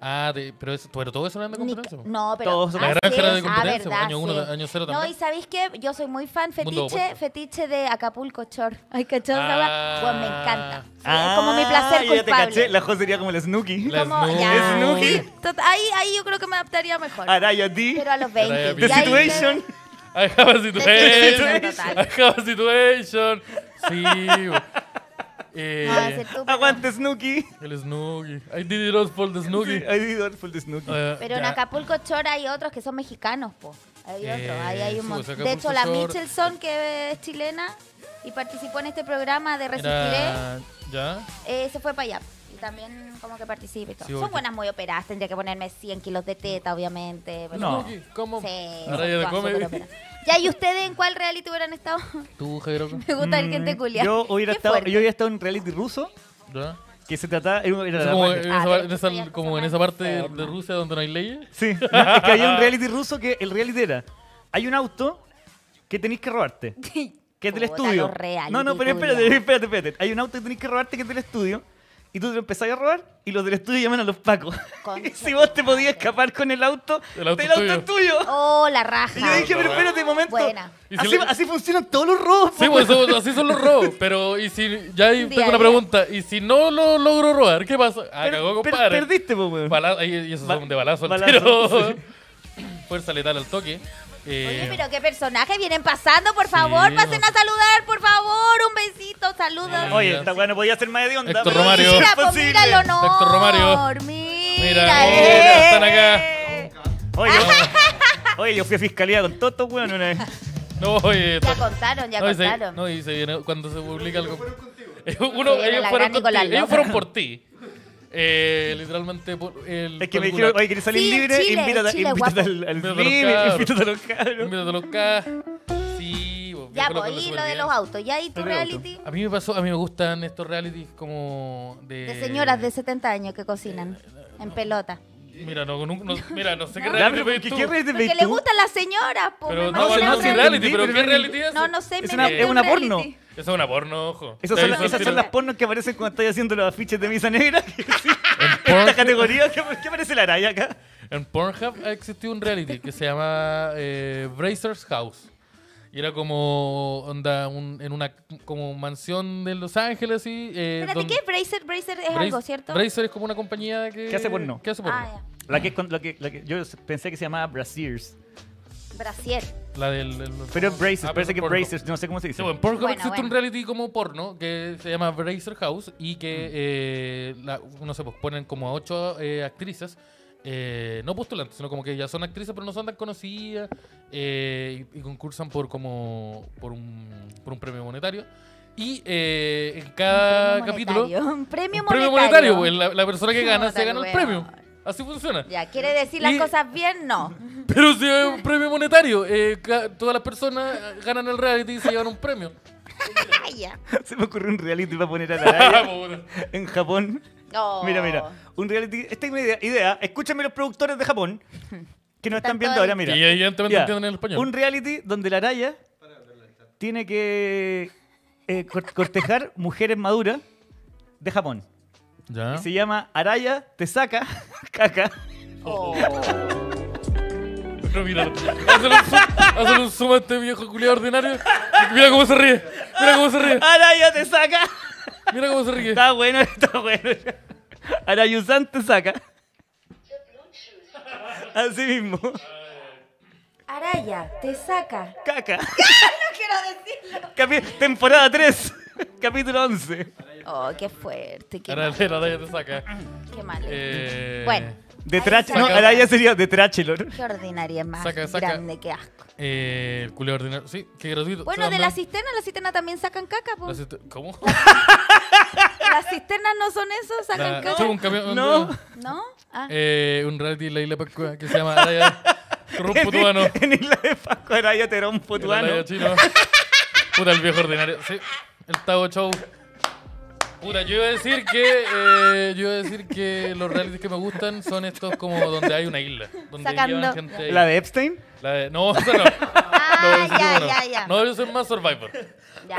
S2: Ah, de- pero, es- pero todo eso era de
S1: Ni-
S2: competencia. po.
S1: no, pero
S3: Todos son-
S2: La granja era de
S1: sí,
S2: competencia,
S1: ah,
S2: año uno, año cero
S1: No,
S2: también.
S1: y ¿sabéis qué? Yo soy muy fan fetiche,
S2: opuesto.
S1: fetiche de Acapulco Chor. Ay, cachón,
S2: Ah.
S1: Pues me encanta. Sí,
S3: Ah,
S1: es como mi placer
S3: ya te
S1: culpable.
S3: caché, la Jo sería como la Snooki.
S2: La-
S1: Como-
S2: Snooki.
S1: ya,
S3: Snooki.
S1: sí, tot- ahí, ahí yo creo que me adaptaría mejor.
S3: Araya D.
S1: Pero a los 20.
S2: The
S3: The
S1: y ahí me-
S3: Situation.
S2: I have a
S1: Situation,
S2: situation.
S1: total.
S2: I have a situation. Sí. bo. Eh,
S1: No, va a ser tú, pero-
S3: Aguante Snooki.
S2: el Snooki. I did it all for the Snooki.
S3: Sí, I did it all for the Snooki.
S2: Eh,
S1: Pero en
S2: ya.
S1: Acapulco Shore hay otros que son mexicanos, po. Hay
S2: Eh,
S1: otros, ahí hay un
S2: sí, pues,
S1: montón. De
S2: Acapulco
S1: hecho, la
S2: Shore-
S1: Michelson, que es chilena y participó en este programa de Resistiré,
S2: Era- ¿Ya?
S1: eh, se fue para allá. Y también como que participa y todo.
S2: Sí,
S1: Son
S2: porque-
S1: buenas muy operadas, tendría que ponerme 100 kilos de teta, obviamente. pero-
S3: No.
S2: Snooki, ¿Cómo?
S1: Sí,
S2: Ahora ya te
S1: todas
S2: come.
S1: superoperadas. Ya, ¿y ustedes en cuál reality hubieran estado?
S2: Tú, Jairo.
S1: Me gusta el gente
S3: Mm,
S1: culia.
S3: Yo hubiera
S1: Qué
S3: estado,
S1: fuerte.
S3: yo hubiera estado en un reality ruso
S2: ¿Ya?
S3: que se trataba era, era
S2: Es
S3: la
S2: como,
S3: raja.
S2: en esa,
S1: Ah, pero
S2: par- en
S1: esto
S2: esa-
S1: ya es
S2: como
S1: cosa
S2: en
S1: más
S2: esa parte de,
S1: enferma.
S2: de Rusia donde no hay leyes.
S3: Sí, no, es que había un reality ruso que el reality era hay un auto que tenéis que robarte. que es del
S1: Puta,
S3: estudio.
S1: los reality
S3: no, no, pero
S1: culia.
S3: espérate, espérate, espérate. Hay un auto que tenés que robarte que es del estudio. Y tú te lo empezás a robar y los del estudio llaman a los pacos.
S1: Concha
S3: Y si vos
S1: tu
S3: te
S1: madre.
S3: podías escapar con el auto,
S2: El auto
S3: el auto
S2: es
S3: es tuyo.
S1: Oh, la
S3: Y
S1: raja.
S3: yo dije, pero espérate un momento.
S1: Buena.
S2: Y si
S3: Así,
S2: le-
S3: así funcionan todos los robos.
S2: Sí,
S3: po.
S2: pues eso- así son los robos. Pero, y si. Ya ahí
S1: Un día
S2: tengo una
S1: a día.
S2: pregunta. ¿Y si no lo logro robar? ¿Qué pasa? Ah,
S3: Pero-
S2: cagó,
S3: pero
S2: compadre.
S3: perdiste, po, weón.
S2: Bala- y, y esos
S3: Ba-
S2: son de balazo, al
S3: balazo,
S2: tiro. Fuerza letal al toque. Eh,
S1: Oye, pero qué personaje vienen pasando, por favor,
S2: Sí,
S1: pasen
S2: no.
S1: a saludar, por favor, un besito, saludos.
S2: Sí.
S3: Oye, esta weá no podía ser más de onda.
S2: Héctor Romario.
S1: Mira, pues mira el honor.
S2: Héctor Romario.
S1: Mira,
S2: Mira,
S1: eh.
S2: mira, están acá.
S3: Oye, oye, yo fui a fiscalía con todos estos weón una vez.
S2: No, oye.
S1: Ya
S2: to-
S1: contaron, ya
S2: no, y se-
S1: contaron.
S2: no, y se viene cuando se publica algo. Uno,
S1: viene
S2: ellos, fueron
S1: la gran
S2: contigo,
S1: Nicolás
S2: ellos
S1: López.
S2: fueron por ti. Eh, literalmente. Por, el,
S3: Es que
S2: por
S3: me
S2: el
S3: dijeron,
S2: gulag.
S3: oye, ¿quieres salir
S1: Sí,
S3: libre?
S1: Chile,
S3: invítate
S1: Chile,
S3: invítate
S1: guapo.
S3: al, al
S2: Invítate a los
S3: Billy,
S2: cabros.
S3: invítate a los cabros.
S2: Mira de los K. Sí, vos,
S1: ya,
S2: viejo loco,
S1: pues,
S2: le
S1: y
S2: fue
S1: lo de
S2: bien.
S1: los autos. Ya, ¿y tu
S3: Lo de auto.
S1: reality?
S2: A mí me pasó, a mí me gustan estos realities como de.
S1: De señoras de 70 años que cocinan
S2: Eh,
S1: en pelota.
S2: Mira, no, no, no- mira, no sé qué
S3: Ya,
S2: reality
S3: pero
S2: ves
S3: ¿qué,
S2: tú.
S3: qué reality
S1: Porque
S3: veis
S1: le
S3: tú?
S1: gustan las señoras, pues. me
S2: Pero
S3: no,
S2: no,
S1: imagino
S2: no,
S3: no,
S2: sí,
S1: que-
S2: reality,
S3: entendí,
S2: pero
S3: pero
S2: ¿qué
S3: no
S2: reality es?
S1: No, no sé,
S3: Es
S1: me
S3: una-
S1: inventé
S3: es
S1: un
S3: una porno.
S1: reality.
S2: Esa es una porno, ojo.
S3: Esas son,
S2: Ahí
S3: las-
S1: son
S3: esas
S1: tira-
S3: son las pornos que aparecen cuando estoy haciendo las fichas de misa negra. que sí.
S2: porn-
S3: Esta categoría, ¿qué, qué aparece la araya acá?
S2: En Pornhub ha existido un reality que se llama eh, Brazers House. Y era como onda un- en una como mansión de Los Ángeles y eh,
S1: Espérate,
S2: donde-
S1: ¿qué? Bracer, Bracer es
S2: Braz-
S1: algo, ¿cierto?
S2: Brazers es como una compañía que,
S3: Que hace porno.
S2: Que hace porno.
S1: Ah,
S3: La que, es con- la que- la que- yo pensé que se llamaba Brasiers,
S1: ya. Brasier.
S2: La del, del-
S3: pero es Bracers,
S2: Ah, pero
S3: parece que
S2: porno.
S3: Bracers, no sé cómo se dice.
S2: Sí, bueno, en Pornhub
S1: Bueno,
S2: existe
S1: bueno.
S2: un reality como porno que se llama Bracer House y que,
S3: Mm.
S2: eh, la- no sé, pues ponen como a ocho eh, actrices, eh, no postulantes, sino como que ya son actrices pero no son tan conocidas eh, y, y concursan por como por un, por un premio monetario. Y eh, en cada
S1: Un premio
S2: capítulo...
S1: monetario, Un premio
S2: un premio monetario, pues, la, la persona que gana se
S1: Puta,
S2: gana el
S1: weón.
S2: premio. Así funciona.
S1: Ya, ¿quiere decir las
S2: Y-
S1: cosas bien? No.
S2: Pero si es un premio monetario, eh, ca- todas las personas ganan el reality y se llevan un premio.
S1: Ay, ya.
S3: Se me ocurrió un reality para poner a la araya
S2: Puta.
S3: en Japón.
S1: No.
S3: Mira, mira,
S1: Oh.
S3: un reality, esta es una idea, idea, escúchame los productores de Japón que nos
S1: Están
S3: están viendo
S1: todos-
S3: ahora, mira.
S2: Y evidentemente
S3: Ya,
S2: entienden el español.
S3: Un reality donde la araya tiene que eh, cor- cortejar mujeres maduras de Japón.
S2: Ya.
S3: Y se llama Araya te saca caca.
S1: Oh.
S2: Pero mira, hazle un zoom, hazle un zoom a este viejo culiado ordinario. Mira cómo se ríe. Mira cómo se ríe.
S3: Araya te saca.
S2: Mira cómo se ríe.
S3: Está bueno, está bueno. Arayusan te saca. Así mismo.
S1: Araya, te saca.
S3: Caca.
S1: No quiero decirlo.
S3: Capi- temporada 3, capítulo 11.
S1: Oh, qué fuerte, qué
S2: Ahora
S1: mal,
S2: la raya te saca.
S1: qué mal.
S2: Eh,
S1: Bueno,
S3: De
S1: Ahí
S3: Trachelor.
S1: saca.
S3: No, Araya sería de Trachelor.
S1: Qué ordinaria más
S2: Saca, saca.
S1: grande, qué asco.
S2: Eh, el culeo ordinario. Sí, que gratuito.
S1: Bueno, de la cisterna, la cisterna también sacan caca, po.
S2: La cist- ¿Cómo?
S1: Las cisternas no son eso, sacan
S2: La-
S1: caca.
S2: Tuve un camión.
S3: No.
S1: ¿No? Ah.
S2: Eh, un reality en la isla Pascua que se llama Araya Romputuano.
S3: En Isla de Pascua, Araya Terón Potuano.
S2: Araya Chino. Puta, el viejo ordinario. Sí, el Tavo Show. Puta, yo iba a decir que. eh, yo iba a decir que los realities que me gustan son estos como donde hay una isla. Donde
S1: Sacando-
S2: llevan gente ahí.
S3: La de Epstein.
S2: La de- No, esa no. No,
S1: Ah,
S2: esa
S1: ya,
S2: no.
S1: ya, ya,
S2: No, yo soy más Survivor.
S1: ya.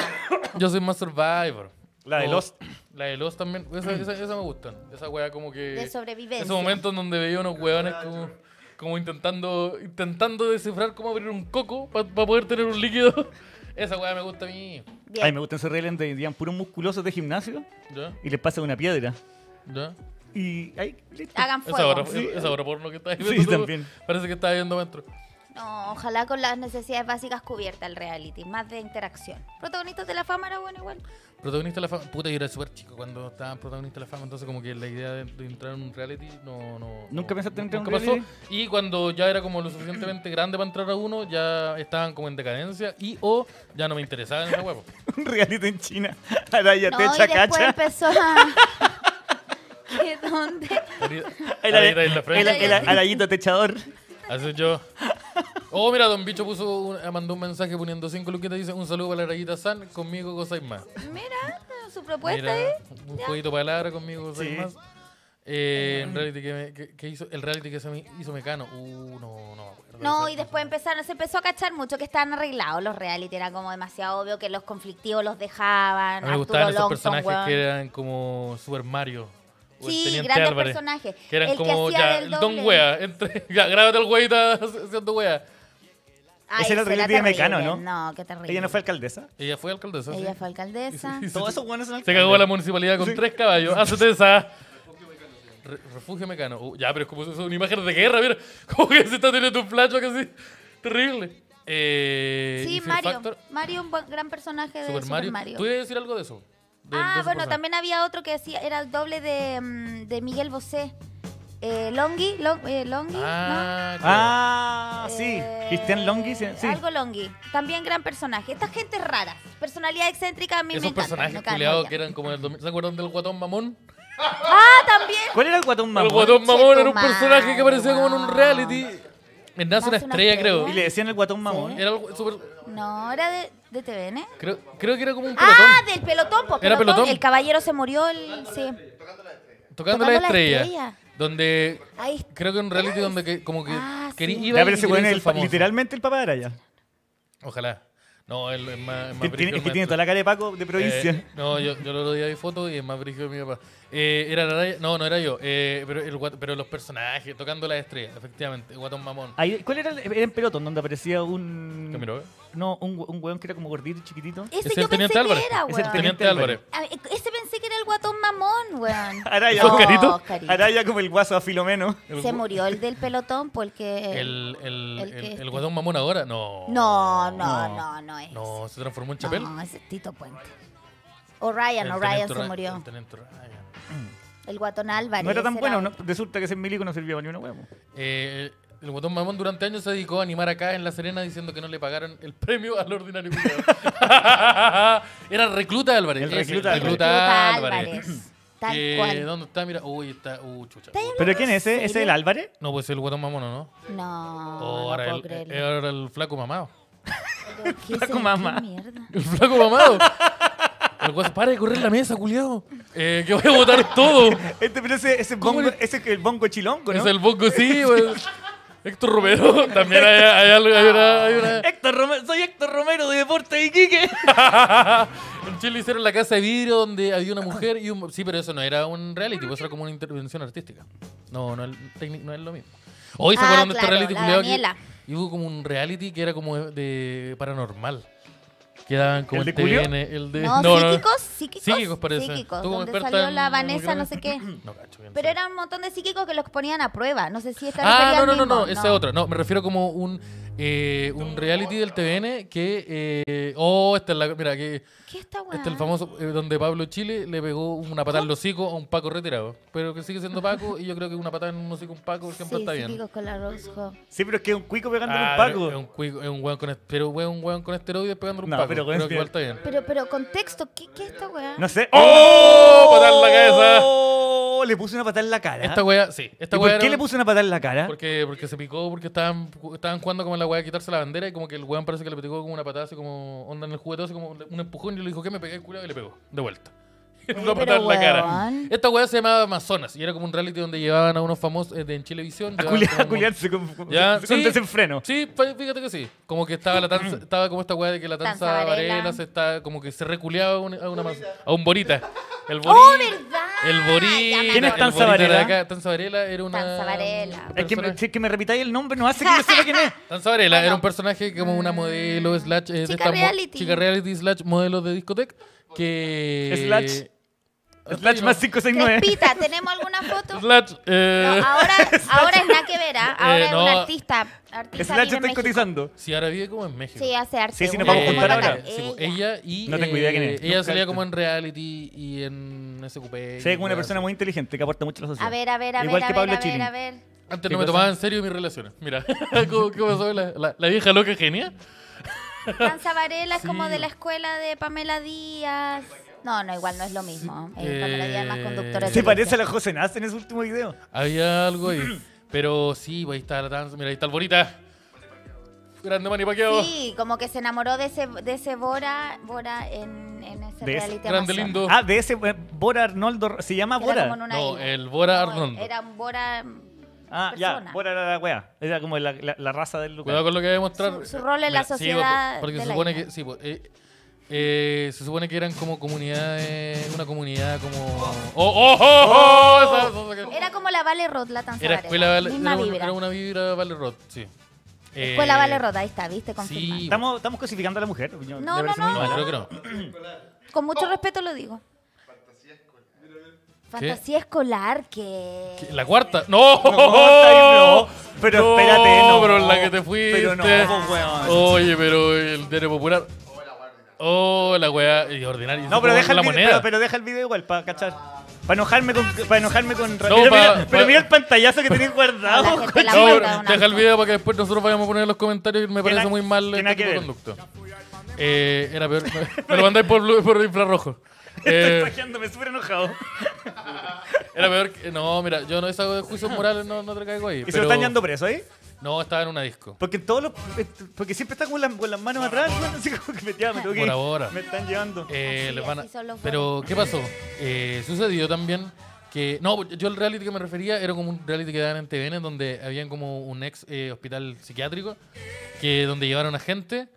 S2: Yo soy más Survivor.
S3: La de
S2: O-
S3: Lost.
S2: La de Lost también. Esa, esa, esa me gustan. Esa wea como que.
S1: De sobrevivencia.
S2: Esos momentos en donde veía unos weones como, como intentando intentando descifrar cómo abrir un coco para poder tener un líquido. Esa wea me gusta a mí.
S1: Bien.
S3: Ay, me gustan esos reales de digan puros musculosos de gimnasio
S2: ¿Ya?
S3: y les pasa una piedra.
S2: ¿Ya?
S3: Y ahí, listo.
S1: Hagan
S2: Esa
S1: fuego.
S2: hora, esa hora porno que estás
S3: Sí,
S2: viendo. tú,
S3: también.
S2: Parece que estás viendo adentro.
S1: No, ojalá con las necesidades básicas cubiertas el reality, más de interacción. Protagonistas de la fama era bueno igual.
S2: Protagonista de la fama. Puta, yo era súper chico cuando estaba en protagonista de la fama, entonces como que la idea de, de entrar en un reality no... no
S3: ¿Nunca
S2: no-
S3: pensaste en
S2: nu-
S3: entrar en
S2: nunca
S3: un
S2: pasó.
S3: reality?
S2: Y cuando ya era como lo suficientemente grande para entrar a uno, ya estaban como en decadencia y o ya no me interesaba en esa huevo.
S3: Un reality en China. Araya
S1: no, y
S3: Techa
S1: después
S3: Cacha.
S1: empezó a... ¿Qué, ¿Dónde?
S3: El, el,
S2: en la frente.
S3: el- el arayito techador.
S2: Así yo. Oh, mira, Don Bicho puso un- eh, mandó un mensaje poniendo cinco luquitas y dice un saludo para la rayita San, conmigo gozáis más.
S1: Mira, su propuesta
S2: Mira,
S1: es...
S2: un jueguito para Lara conmigo gozáis
S3: Sí.
S2: más. Eh, el reality que, me- que- que hizo, el reality que se me hizo Mecano. Uh, no, no me acuerdo.
S1: No,
S2: Ese-
S1: y después empezaron, se empezó a cachar mucho que estaban arreglados los reality, era como demasiado obvio que los conflictivos los
S2: A
S1: dejaban.
S2: mí me gustaban
S1: Arturo
S2: esos
S1: Longson,
S2: personajes
S1: weón.
S2: que eran como Super Mario. o el
S1: Sí,
S2: Teniente
S1: grandes
S2: Álvarez,
S1: personajes.
S2: Que eran
S1: El que
S2: como
S1: hacía
S2: ya,
S1: del
S2: el Don
S1: doble.
S2: Wea. Entre, ya, grábate el weita haciendo wea.
S1: Ay,
S3: Ese era el reality de
S1: terrible.
S3: Mecano, ¿no?
S1: No, qué terrible.
S3: Ella no fue alcaldesa.
S2: Ella fue alcaldesa.
S1: Ella
S2: sí.
S1: fue alcaldesa.
S2: Y se-
S3: Todos esos buenos son
S2: Se cagó la
S3: alcaldes.
S2: municipalidad con
S3: Sí.
S2: tres caballos. Hazte esa. Re- Refugio mecano. Uh, ya, pero es como es una imagen de guerra, mira. Como que se está teniendo un plato casi terrible. Eh, y
S1: Sí,
S2: Fear
S1: Mario.
S2: Factor,
S1: Mario, un buen- gran personaje de
S2: Super Mario. ¿Tú ibas a decir algo de eso? De- de
S1: Ah,
S2: esa
S1: bueno,
S2: cosa.
S1: también había otro que decía, era el doble de, mm, de Miguel Bosé. Eh, Longi, Long- eh, Longi,
S2: Ah, claro.
S3: Ah,
S1: ¿no?
S3: sí.
S1: Eh,
S3: Cristian Longhi. Sí. sí.
S1: Algo Longi. También gran personaje. Esta gente es rara. Personalidad excéntrica a mí me
S2: Esos
S1: encanta.
S2: personajes culiados que eran como del 2000. ¿Se acuerdan del guatón mamón?
S1: Ah, también.
S3: ¿Cuál era el guatón mamón?
S2: El guatón mamón era un
S1: Chetumal,
S2: personaje que aparecía como en un
S1: weón.
S2: reality. En Nace una
S1: Nace una
S2: estrella, creo.
S3: Y le decían el guatón mamón.
S2: Era algo súper-
S1: No, era de, de TVN.
S2: Creo, creo que era como un pelotón.
S1: Ah, del pelotón, pues,
S2: Era pelotón.
S1: El caballero se murió, el, sí.
S2: Tocando,
S1: Tocando
S2: la,
S1: la
S2: estrella,
S1: estrella.
S2: Donde
S1: Ahí está.
S2: creo que un reality donde que, como que
S1: Ah,
S2: querí-
S1: sí.
S2: iba
S3: Ya,
S2: y
S3: pero ese
S2: quería
S3: weón
S2: ser
S3: es el pa-
S2: famoso.
S3: literalmente el papá de Araya.
S2: Ojalá. No, él es más, es más
S3: Que
S2: brígido
S3: tiene-
S2: el
S3: Es que tiene
S2: maestro.
S3: toda la cara de Paco de provincia.
S2: Eh, no, yo, yo el otro día vi fotos y es más brígido que mi papá. Eh, era la raya- No, no era yo. Eh, pero, el guat- pero los personajes, tocando la estrella, efectivamente. Guatón mamón.
S3: Ahí- ¿Cuál era el, era en pelotón donde aparecía un.
S2: ¿Qué miró, eh?
S3: No, un, hue- un weón que era como gordito y chiquitito.
S1: Ese,
S2: Es
S1: yo
S2: el teniente
S1: pensé
S2: Álvarez.
S1: que era,
S3: Es
S1: weón.
S3: el
S2: Teniente, Álvarez.
S1: Ah, e- Ese pensé que era el guatón mamón, weón.
S3: Araya.
S1: No,
S2: Oscarito.
S1: Oscarito.
S3: Araya como el guaso a Filomeno.
S2: El
S1: Se
S2: gu-
S1: murió el del pelotón porque...
S2: El, el,
S1: El
S2: el,
S1: que
S2: el
S1: este.
S2: guatón mamón ahora, no.
S1: No, no, no, no es.
S2: No, se transformó en
S1: ese.
S2: chapel.
S1: No, ese es Tito Puente. O Ryan,
S2: El
S1: o Ryan
S2: teniente
S1: se
S2: Ra-
S1: murió.
S2: el teniente Ryan.
S1: El guatón Álvarez.
S3: No era tan
S1: ese
S3: bueno, ¿no? resulta que ese milico no sirvió para ni una huevo.
S2: Eh, el guatón mamón durante años se dedicó a animar acá en La Serena diciendo que no le pagaron el premio al ordinario. culiao. Era recluta Álvarez.
S3: El
S2: ese,
S3: recluta Álvarez.
S1: Recluta
S2: Álvarez.
S1: Álvarez. Tal
S2: Eh,
S1: cual.
S2: ¿Dónde está? Mira, uy, está. Uh, chucha.
S1: ¿Está ahí?
S3: ¿Pero quién es ese? ¿Ese es el Álvarez?
S2: No, pues el guatón mamón, ¿o ¿no?
S1: No,
S2: O
S1: no
S2: ahora,
S1: puedo
S2: el,
S1: creerlo.
S2: eh, ahora el flaco mamado.
S1: ¿Qué es
S3: Flaco
S1: el- qué
S3: mamá.
S1: mierda?
S2: El flaco mamado. El guaso, para de correr la mesa, culiao. Eh, que voy a votar todo.
S3: Este, pero ese, ese,
S2: ¿Cómo
S3: bongo,
S2: le-
S3: ese es el bongo chilongo, ¿no?
S2: Es el Bongo, sí, güey. Héctor Romero, también hay, hay algo, hay una, hay una-
S3: Héctor Romero, soy Héctor Romero de Deporte de Iquique.
S2: En Chile hicieron la casa de vidrio donde había una mujer y un... Sí, pero eso no era un reality, pues era como una intervención artística. No, no, el técnico no es lo mismo. Hoy se
S1: Ah,
S2: acuerdan de este
S1: claro,
S2: reality
S1: la
S2: culiao que-
S1: Daniela.
S2: Y hubo como un reality que era como de paranormal. Quedaban como
S3: ¿El
S2: en
S3: de Julio?
S2: TVN, el de...
S1: No, psíquicos, psíquicos.
S2: Psíquicos parece.
S1: Psíquicos,
S2: Tú como
S1: donde
S2: experta
S1: salió
S2: en-
S1: la
S2: en micro-
S1: Vanessa, no sé qué.
S2: No, cacho. bien,
S1: Pero
S2: sí.
S1: era un montón de psíquicos que los ponían a prueba. No sé si esta
S2: Ah,
S1: refería
S2: no,
S1: al
S2: no, no, no,
S1: mismo,
S2: esa es otra. No, me refiero como un eh, un reality del TVN que. eh, oh, esta es la. Mira, que.
S1: ¿Qué está
S2: Este es el famoso eh, donde Pablo Chile le pegó una patada al hocico a un Paco retirado. Pero que sigue siendo Paco y yo creo que una patada en un hocico a un Paco siempre está bien.
S1: con la rosco.
S3: Sí, pero es que es un cuico pegándole
S2: Ah,
S3: un
S2: pero Es
S3: paco.
S2: un, cuico- es un weón con, est- pero weón, un weón con esteroides pegándole un
S3: No,
S2: Paco. Pero
S3: pero con este
S2: creo que igual está
S3: esteroides.
S2: bien.
S1: Pero, pero, contexto, ¿qué, qué es esta weá?
S3: No sé.
S2: ¡Oh! Patada en la cabeza.
S3: ¡Oh! Le puse una patada en la cara.
S2: Esta weá, sí. Esta
S3: ¿Y por
S2: weá
S3: qué
S2: era-
S3: le puse una patada en la cara?
S2: Porque, porque se picó, porque estaban, estaban jugando como la weá de quitarse la bandera y como que el weón parece que le pegó como una patada así como onda en el juguete, así como le- un empujón y le dijo que me pegué el culo y le pegó, de vuelta. una patada en la cara.
S1: weón.
S2: Esta weá se llamaba Amazonas y era como un reality donde llevaban a unos famosos eh, de, en Chilevisión.
S3: A,
S2: llevaban
S3: culiar-
S2: como
S3: a
S2: un-
S3: culiarse con, con-
S2: Ya,
S3: con
S2: sí.
S3: desenfreno.
S2: Sí, fue- fíjate que sí. Como que estaba la tanza, estaba como esta weá de que la
S1: Tanza
S2: tanza
S1: Varela.
S2: Varela, se está, como que se reculeaba a un, a, una mas- a un borita. El borita.
S1: ¡Oh, verdad!
S2: El
S1: Ya
S2: borita.
S3: ¿Quién
S1: me
S3: es
S2: el
S1: acordé.
S3: Tanza
S2: Borita de
S3: Varela?
S2: acá. Tanza Varela era una.
S1: Tanza Varela.
S3: Es que, me-
S2: persona-
S3: si es que me repitáis el nombre, no hace que yo sepa quién es.
S2: Tanza Varela
S1: Bueno. Mm.
S2: era un personaje como una modelo slash eh, de
S1: Chica
S2: esta mo-
S1: reality.
S2: chica reality slash modelo de discoteca que
S3: Slash. Slash más 569.
S1: Crespita, ¿tenemos alguna foto?
S2: slash
S1: No, ah.
S2: eh,
S1: ahora, ahora es nada que ver, ¿ah? ahora
S2: Eh,
S1: es
S2: no.
S1: un artista. artista
S3: Slash
S1: vive en
S3: estoy
S1: México.
S3: cotizando.
S2: si ahora vive como en México
S1: Sí, hace arte.
S3: Sí, sí, nos
S1: un
S3: vamos a
S1: arte
S3: juntar
S1: como
S3: ahora.
S1: tal.
S2: sí, pues,
S1: Ella.
S2: ella y
S3: No tengo idea quién es.
S2: ella
S3: Nunca he
S2: salía como
S3: visto.
S2: en reality y en SQP
S3: Se ve como una persona muy inteligente que aporta mucho a la sociedad.
S1: A ver, a ver, a ver,
S3: Igual
S1: a
S3: que
S1: ver,
S3: Pablo
S1: a ver,
S3: Chilin.
S1: a ver.
S2: antes
S3: ¿Qué
S2: no me
S3: cosa?
S2: tomaba en serio mis relaciones mira ¿Cómo, qué pasó la, la- la vieja loca genia
S1: Danza Varela es como
S2: Sí.
S1: de la escuela de Pamela Díaz. No, no, igual no es lo mismo. Eh, Pamela Díaz es más conductora. de
S3: Se
S2: Sí,
S3: parece a
S1: televisión.
S3: la José Naz en ese último video.
S2: había algo ahí pero sí pues ahí está la danza mira ahí está el Borita grande Manny Pacquiao
S1: Sí, como que se enamoró de ese, de ese Bora, Bora en, en ese
S3: De ese
S1: reality
S2: grande
S1: Amazonas.
S2: lindo
S3: Ah, de ese eh, Bora Arnoldo. Se llama
S1: Que era como en
S3: Bora.
S1: una
S2: No,
S1: isla.
S2: el Bora
S1: No,
S2: Arnoldo.
S1: Era un Bora.
S3: Ah,
S1: persona.
S3: ya. Bora era la wea. Era como la, la- la raza del lugar.
S2: Cuidado con lo que voy a mostrar.
S1: Su- su rol en la
S2: sí,
S1: sociedad
S2: porque
S1: de
S2: se
S1: la
S2: supone
S1: isla.
S2: que. Sí, pues, eh, eh, se supone que eran como comunidades. Una comunidad como. ¡Oh, oh, oh! oh, esa- esa- esa-
S1: Era como la Vale Rod, la Tanza
S2: Era
S1: Varela.
S2: escuela Vale-
S1: Misma
S2: era un-
S1: vibra.
S2: Era una vibra Vale Rod, sí. Eh,
S1: Escuela Vale Rod, ahí está, viste, confirmado.
S2: Sí,
S3: Estamos, estamos cosificando a la mujer. Yo-
S1: No,
S3: me
S1: no,
S3: parece muy
S1: no,
S2: no,
S3: mal.
S2: creo que no.
S1: Con
S2: Oh.
S1: mucho respeto lo digo. Fantasía escolar, que...
S2: ¿Qué? La cuarta. ¡No!
S3: No, no, pero espérate, no.
S2: pero en la que te fuiste.
S3: Pero no, pues, weón.
S2: Oye, pero el Dere Popular. Oh, la weá. Y ordinaria.
S3: No,
S2: Como
S3: pero deja, el
S2: la
S3: video,
S2: moneda.
S3: pero, pero deja el video igual para cachar. Para enojarme con. Para enojarme
S2: No,
S3: con mira,
S2: pa-
S3: mira, pero
S2: pa-
S3: mira el pantallazo que tenés guardado.
S1: La gente la
S2: No,
S1: cuenta
S2: pero
S1: una
S2: deja el
S1: cosa.
S2: video para que después nosotros vayamos a poner en los comentarios. Me parece
S3: na-
S2: muy mal
S3: que
S2: el
S3: nada que
S2: tipo de
S3: ver.
S2: conducto. Eh, era peor. Me lo mandáis por, blu- por infrarrojo.
S3: Estoy
S2: Eh,
S3: pajeándome súper enojado.
S2: era peor que. No, mira, yo no esa de juicios morales no, no te caigo ahí.
S3: ¿Y se
S2: pero-
S3: lo están yendo preso, eh?
S2: No, estaba en una disco.
S3: Porque en todos los. Porque siempre está con, las- con las manos atrás, bueno, así como que me, ya, me tengo que
S2: Por
S3: ir.
S2: ahora.
S3: Me están llevando.
S2: Eh,
S1: Así,
S2: les van a-
S1: Ah, así son los
S2: Pero, ¿qué pasó? Eh, sucedió también que. No, yo el reality que me refería era como un reality que daban en TVN donde habían como un ex eh, hospital psiquiátrico que donde llevaron a gente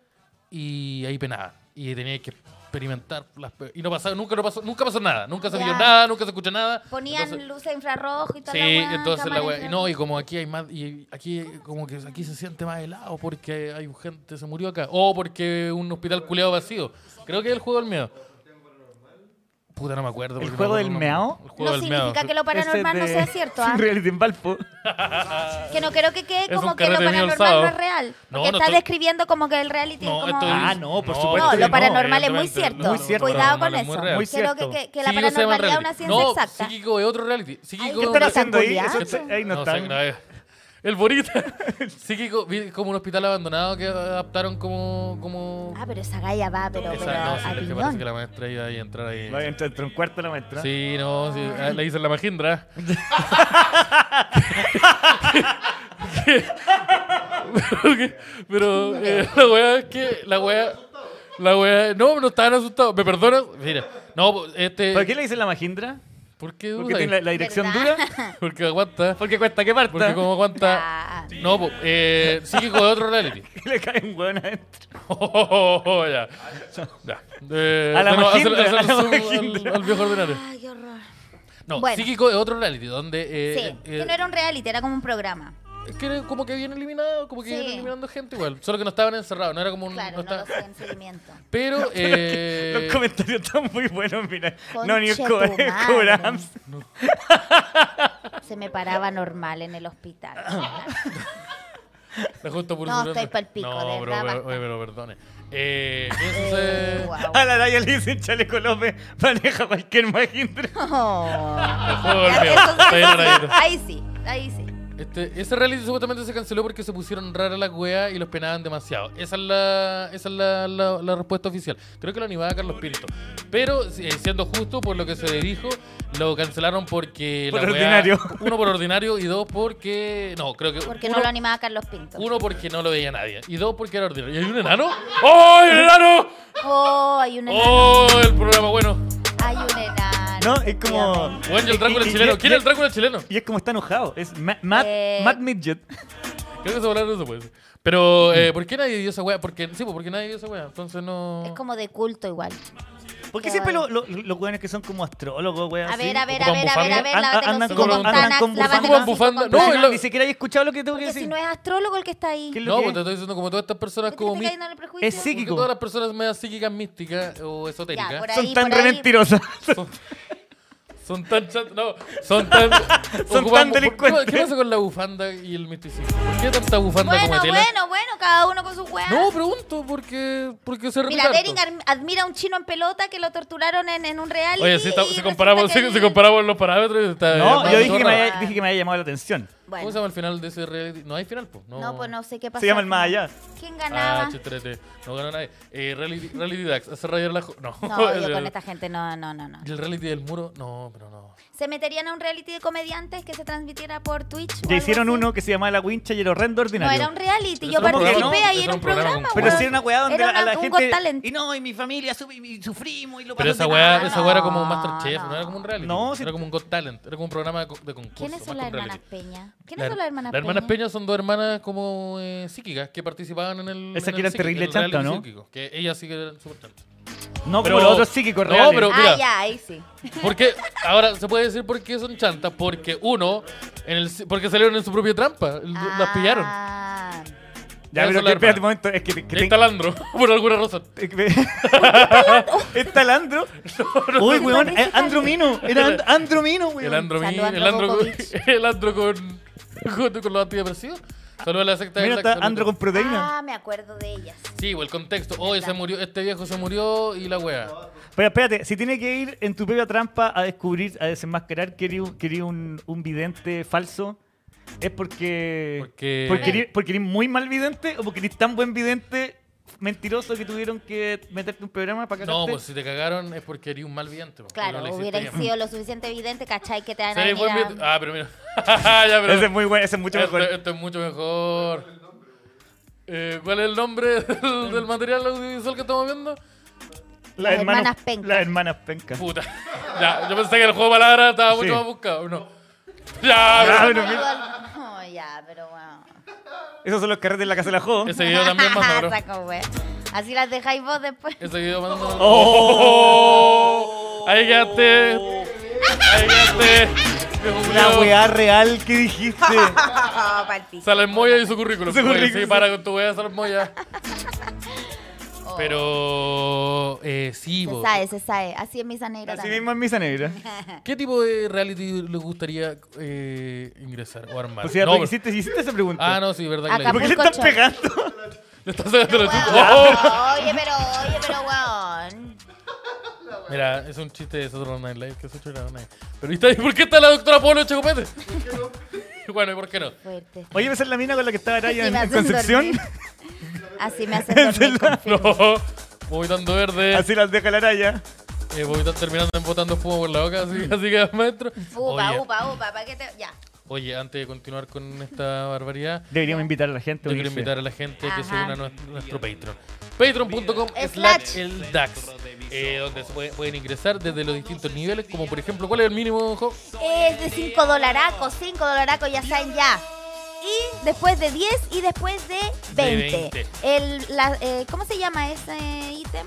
S2: y ahí penaban. Y tenían que experimentar las pe- y no pasaba nunca no pasó nunca pasó nada nunca se
S1: Ya.
S2: vio nada nunca se escuchó nada
S1: Ponían
S2: Entonces-
S1: luces infrarrojo y tal.
S2: sí
S1: la weá,
S2: entonces la
S1: cámara
S2: wea y no
S1: infrarroja.
S2: y como aquí hay más y aquí como que aquí se siente más helado porque hay gente se murió acá o porque un hospital culeado vacío creo que es el juego del miedo puta no me acuerdo porque no
S3: juego
S2: me
S3: del
S2: acuerdo el
S3: meao?
S2: nombre. el juego
S1: no
S2: del
S1: significa
S2: meao
S1: que lo paranormal no
S3: Ese
S1: sea
S3: Este de-
S1: cierto, ¿ah?
S3: Un reality en Valpo.
S1: Que no creo que quede
S2: Es
S1: como
S2: un
S1: que lo
S2: carrete mío el
S1: paranormal
S2: sábado.
S1: no es real.
S2: No,
S1: Porque
S2: no
S1: estás
S2: estoy-
S1: describiendo como que el reality
S2: no,
S1: como...
S2: estoy-
S3: Ah, no, por supuesto
S1: No,
S3: que
S1: lo
S3: no,
S1: paranormal es muy
S2: evidentemente,
S1: ciesto.
S2: no,
S3: Muy cierto.
S1: Cuidado con
S2: paranormal es muy
S1: eso.
S2: real.
S3: Muy
S1: Creo que,
S3: cierto.
S1: que- que la
S2: Sí, yo sé más
S1: paranormalidad es
S2: reality.
S1: una ciencia
S2: no,
S1: exacta.
S2: psíquico es otro reality psíquico
S1: ¿qué
S2: es
S3: ¿Qué están
S2: otro-
S1: Pero
S3: haciendo ahí?
S1: tan
S3: Eso-
S1: culiados.
S3: ahí no,
S2: sé,
S3: están.
S2: grave. El Borita. Psíquico, vi como un hospital abandonado que adaptaron como. como
S1: Ah, pero esa galla va, pero,
S2: esa- no,
S1: pero
S2: sí,
S1: a
S2: es que parece
S1: piñón.
S2: que la maestra iba ahí a entrar ahí.
S3: Va a entrar entre un cuarto la maestra.
S2: Sí, no, sí, ah, le dicen la Majindra. pero que- pero, eh, la weá es que la weá. La weá. No, no estaban asustados. ¿Me perdonas? Mira. No, po- este.
S3: ¿Por qué le dicen la Magindra?
S2: ¿Por qué duda?
S3: Porque tiene la, la dirección
S1: ¿Verdad?
S3: dura.
S2: Porque aguanta.
S3: Porque cuesta que parta.
S2: Porque como aguanta.
S1: Ah,
S2: No, po, eh, psíquico de otro reality. Oh,
S3: Y le cae un hueón adentro.
S2: ya. Ya. Eh,
S3: A la
S2: bueno,
S3: Majindra,
S2: hazle- hazle
S3: a la
S2: zoom al-
S3: Majindra.
S2: al viejo ordinario.
S1: Ay, qué horror.
S2: No,
S1: Bueno.
S2: psíquico es otro reality donde. eh,
S1: Sí,
S2: eh,
S1: que no era un reality, era como un programa.
S2: Es que era como que habían eliminado, como que
S1: Sí.
S2: iban eliminando gente igual. Solo que no estaban encerrados, no era como un.
S1: Claro,
S2: no
S1: no,
S2: estaba-
S1: lo sé en seguimiento.
S2: Pero. eh,
S3: Los comentarios están muy buenos, mira.
S1: Conche
S3: No, ni
S1: tu madre.
S3: cobramos.
S1: Se me paraba normal en el hospital.
S2: La justo por
S1: No, estoy pa'l pico,
S2: No, bro,
S1: de verdad,
S2: pero,
S1: basta.
S2: oye, pero perdone. Eh, eso
S1: Eh,
S2: se-
S1: guau.
S3: A la Daya le dicen chaleco López, maneja cualquier magindra.
S1: Oh.
S2: Mejor,
S1: Ya,
S2: veo.
S1: eso-
S2: Estoy
S1: eso sí,
S2: enhorabuena.
S1: ahí sí, ahí sí.
S2: Este, ese reality supuestamente se canceló porque se pusieron raras las weas y los penaban demasiado. Esa es la, esa es la, la- la respuesta oficial. Creo que lo animaba Carlos Pinto. Pero, eh, siendo justo, por lo que se le dijo, lo cancelaron porque...
S3: Por
S2: la wea-
S3: ordinario.
S2: uno, por ordinario, y dos, porque... No, creo que...
S1: Porque
S2: uno,
S1: no lo animaba Carlos Pinto.
S2: Uno, porque no lo veía nadie. Y dos, porque era ordinario. ¿Y hay un enano? ¡Oh, hay un enano!
S1: Oh, hay un enano.
S2: ¡Oh, el programa bueno!
S1: Hay un enano.
S3: No, es como.
S2: Bueno, y el Drácula
S3: y- y-
S2: chileno.
S3: y-
S2: ¿Quién es el Drácula chileno?
S3: Y es como está enojado. Es Ma- Matt,
S1: Eh.
S3: Matt Midget.
S2: Creo que esa palabra no se puede decir. pues. Pero, eh, ¿por qué nadie dio esa weá? Porque, sí, pues, porque nadie dio esa weá. Entonces no.
S1: Es como de culto igual.
S3: ¿Por qué
S1: Qué
S3: siempre lo-
S1: bueno.
S3: lo- los weones que son como astrólogos, weón?
S1: A ver, a ver, a
S2: ocupan
S1: ver, a ver, a
S2: bufanda.
S1: ver,
S3: An-
S1: lávate
S3: andan
S1: los
S3: con-
S1: hijos con
S3: andan
S1: Xanax,
S3: con
S1: lávate
S2: bufanda.
S1: los hijos
S2: Ocupan
S1: con
S2: bufanda. No,
S1: Xanax.
S2: es lo-
S3: Ni siquiera he escuchado lo que tengo que
S1: Porque
S3: decir.
S1: si no es astrólogo el que está ahí.
S3: ¿Qué es lo
S2: No,
S3: que
S2: pues
S3: es?
S2: te estoy diciendo como todas estas personas
S1: ¿Por qué
S2: como.
S1: te
S2: mí-
S1: caigan en el prejuicio?
S3: Es psíquico.
S2: porque todas las personas medias psíquicas místicas o
S1: Ya,
S2: esotéricas
S1: por ahí,
S3: Son tan
S1: por ahí.
S3: re mentirosas.
S2: son tan chat. No, son tan.
S3: Son
S2: ocupan-
S3: tan
S2: ¿por-
S3: delincuentes.
S2: ¿Qué pasa con la bufanda y el misticismo? ¿Por qué tanta bufanda
S1: Bueno,
S2: como tela?
S1: bueno, bueno, cada uno con su weá.
S2: No, pregunto, porque, porque se repite.
S1: Mira,
S2: harto.
S1: Bering ar- admira a un chino en pelota que lo torturaron en, en un reality.
S2: Oye, si, está-
S1: y
S2: si,
S1: resulta
S2: comparamos,
S1: que
S2: si,
S1: él-
S2: si comparamos los parámetros, está. eh,
S3: No, yo
S1: bueno,
S3: dije que, me
S1: bueno.
S3: había, dije que me había llamado la atención.
S1: Bueno.
S2: ¿Cómo se llama el final de ese reality? No hay final, pues. No,
S1: No, pues no sé qué pasó.
S3: Se llama el
S1: al
S3: más
S1: final.
S3: allá.
S1: ¿Quién
S2: Ah,
S1: ganaba?
S2: H3T. No ganó nadie. Eh, reality, reality Dax, hace rayar la. jo- No,
S1: No, yo
S2: el,
S1: con esta gente no, no, no, no.
S2: el reality del muro, no, pero no.
S1: ¿Se meterían a un reality de comediantes que se transmitiera por Twitch? o
S3: Ya
S1: algo
S3: hicieron
S1: así?
S3: uno que se llamaba La Wincha y el horrendo
S1: No,
S3: ordinario.
S1: era un
S2: Pero
S1: reality. Yo
S2: eso era un
S1: participé
S2: programa, eso
S1: ahí en
S2: era
S1: un
S2: un programa
S1: programa,
S2: con-
S3: Pero
S1: weón.
S3: sí era una weá donde
S1: Era
S3: a la
S1: una- un Got
S3: gente.
S1: Talent.
S3: Y no, y mi familia su- y- y sufrimos y lo
S2: Pero
S3: pasamos
S2: esa
S3: de
S2: weá,
S3: nada.
S2: esa weá era como un
S1: no,
S2: Masterchef, no,
S1: no.
S2: era como un reality.
S3: No,
S2: era
S3: sí.
S2: como un Got Talent, era como un programa de co- de concurso.
S1: ¿Quiénes
S2: más
S1: son las
S2: que un
S1: hermanas
S2: reality.
S1: Peña? ¿Quiénes
S2: La-
S1: son las hermanas
S2: Las hermanas
S1: Peña?
S2: Peña son dos hermanas como eh, psíquicas que participaban en el.
S3: Esa
S2: en
S3: que
S2: el
S3: era terrible
S2: el reality
S3: chanta, ¿no?
S2: psíquico, que ellas sí que eran súper chantas.
S3: No,
S2: Pero-
S3: pero los otros psíquicos
S2: No,
S3: reales.
S2: pero-
S1: Ah,
S2: Mira.
S1: ya, ahí sí.
S2: Porque, ahora, se puede decir por qué son chantas. Porque, uno, en el, porque salieron en su propia trampa. el- Las pillaron.
S1: Ah.
S3: Ya,
S2: Eso
S3: pero
S2: es
S3: que
S2: la
S3: espérate
S2: hermana.
S3: un momento. Es que. que
S2: Que
S3: te-
S2: está Landro, por alguna razón.
S3: ¿Es talandro? Uy,
S1: no.
S3: weón,
S1: Parece
S3: eh, Andromino. Era And- Andromino, weón.
S2: El Andro, mi-
S1: Saluda a
S2: el Andro, con,
S1: Drogovic.
S2: el Andro con, con, con los antidepresivos. Saludos a la secta de
S3: Mira,
S2: Black,
S3: está
S2: saludos.
S3: Andro con proteína.
S1: Ah, me acuerdo de ellas.
S2: Sí, o el contexto. Oye, se murió, este viejo se murió y la wea.
S3: Pero espérate, si tiene que ir en tu propia trampa a descubrir, a desenmascarar que eres un- que eres un, un vidente falso, es porque.
S2: Porque-
S3: Porque eres, porque eres muy mal vidente o porque eres tan buen vidente mentiroso que tuvieron que meterte un programa para que
S2: No, pues si te cagaron es porque eres un mal vidente. po,
S1: Claro,
S2: no lo hiciste
S1: hubierais
S2: bien.
S1: sido lo suficiente evidente, ¿cachai? Que te van a
S2: Seréis buen
S1: venir
S2: vidente-
S1: a...
S2: Ah, pero mira. ya, pero, eh,
S3: Ese es muy bueno, ese es mucho
S2: esto,
S3: mejor.
S2: esto es mucho mejor. Eh, ¿Cuál es el nombre del, del material audiovisual que estamos viendo?
S1: Las hermanas pencas.
S3: Las hermanas pencas.
S2: Puta. ya, yo pensé que el juego de palabras estaba mucho
S3: Sí.
S2: más buscado. No. Ya, pero-
S3: Ah, pero
S1: No,
S3: mira,
S1: igual- No, ya, pero bueno.
S3: esos son los carretes de la casa de la Jo.
S2: Ese video también mandaron.
S1: Saco, güey. Así las dejáis vos después.
S2: Ese video mandaron.
S3: ¡Oh!
S2: Ahí quedaste. Ahí quedaste. Viejo
S3: La
S2: culiao.
S3: weá real que dijiste.
S1: Partí.
S2: Salamoya y su currículum.
S3: Su
S2: Oye,
S3: currículum,
S2: sí,
S3: sí.
S2: para con tu wea Salamoya.
S1: Oh.
S2: Pero. Eh, sí,
S1: Se
S2: vos.
S1: sabe, se sabe. Así es misa negra
S3: Así
S1: también.
S3: mismo es misa negra.
S2: ¿Qué tipo de reality les gustaría eh, ingresar o armar?
S3: O sea,
S2: No,
S3: tú
S2: pero-
S3: hiciste, hiciste esa pregunta.
S2: Ah, no, sí, verdad que la
S3: ¿Por qué le
S2: hice.
S3: están
S1: Acapulco
S3: pegando?
S2: Le estás sacando la chucha.
S1: Weón, Oye, pero, oye, pero, weón.
S2: ¡Oh! Mira, es un chiste de Saturday Night Live que se hecho Night. Pero ¿y está- ¿y por qué está la doctora Polo Checopete? bueno, ¿y por qué no?
S1: Fuerte.
S3: Oye, esa es la mina con la que estaba Araya
S1: Así
S3: en,
S1: me
S3: en
S1: hacen
S3: Concepción.
S1: dormir. Así me hacen dormir. confirmo.
S2: No. Vomitando verde.
S3: Así las deja la Araya.
S2: Eh, voy a estar terminando embotando espuma por la boca, así, así que maestro.
S1: Upa,
S2: Oye,
S1: upa, upa, pa' que te... Ya.
S2: oye, antes de continuar con esta barbaridad,
S3: Deberíamos invitar a la gente.
S2: yo quiero invitar a la gente que se
S1: Ajá.
S2: una a nuestro, nuestro Patreon. Patreon.com
S1: Slash.
S2: slash el DAX, eh, donde se puede- pueden ingresar desde los distintos niveles, como por ejemplo, ¿cuál es el mínimo, Jo?
S1: Es de 5 dolaracos, 5 dolaracos, ya saben ya. Y después de 10 y después de 20.
S2: 20.
S1: El, la, eh, ¿Cómo se llama ese ítem?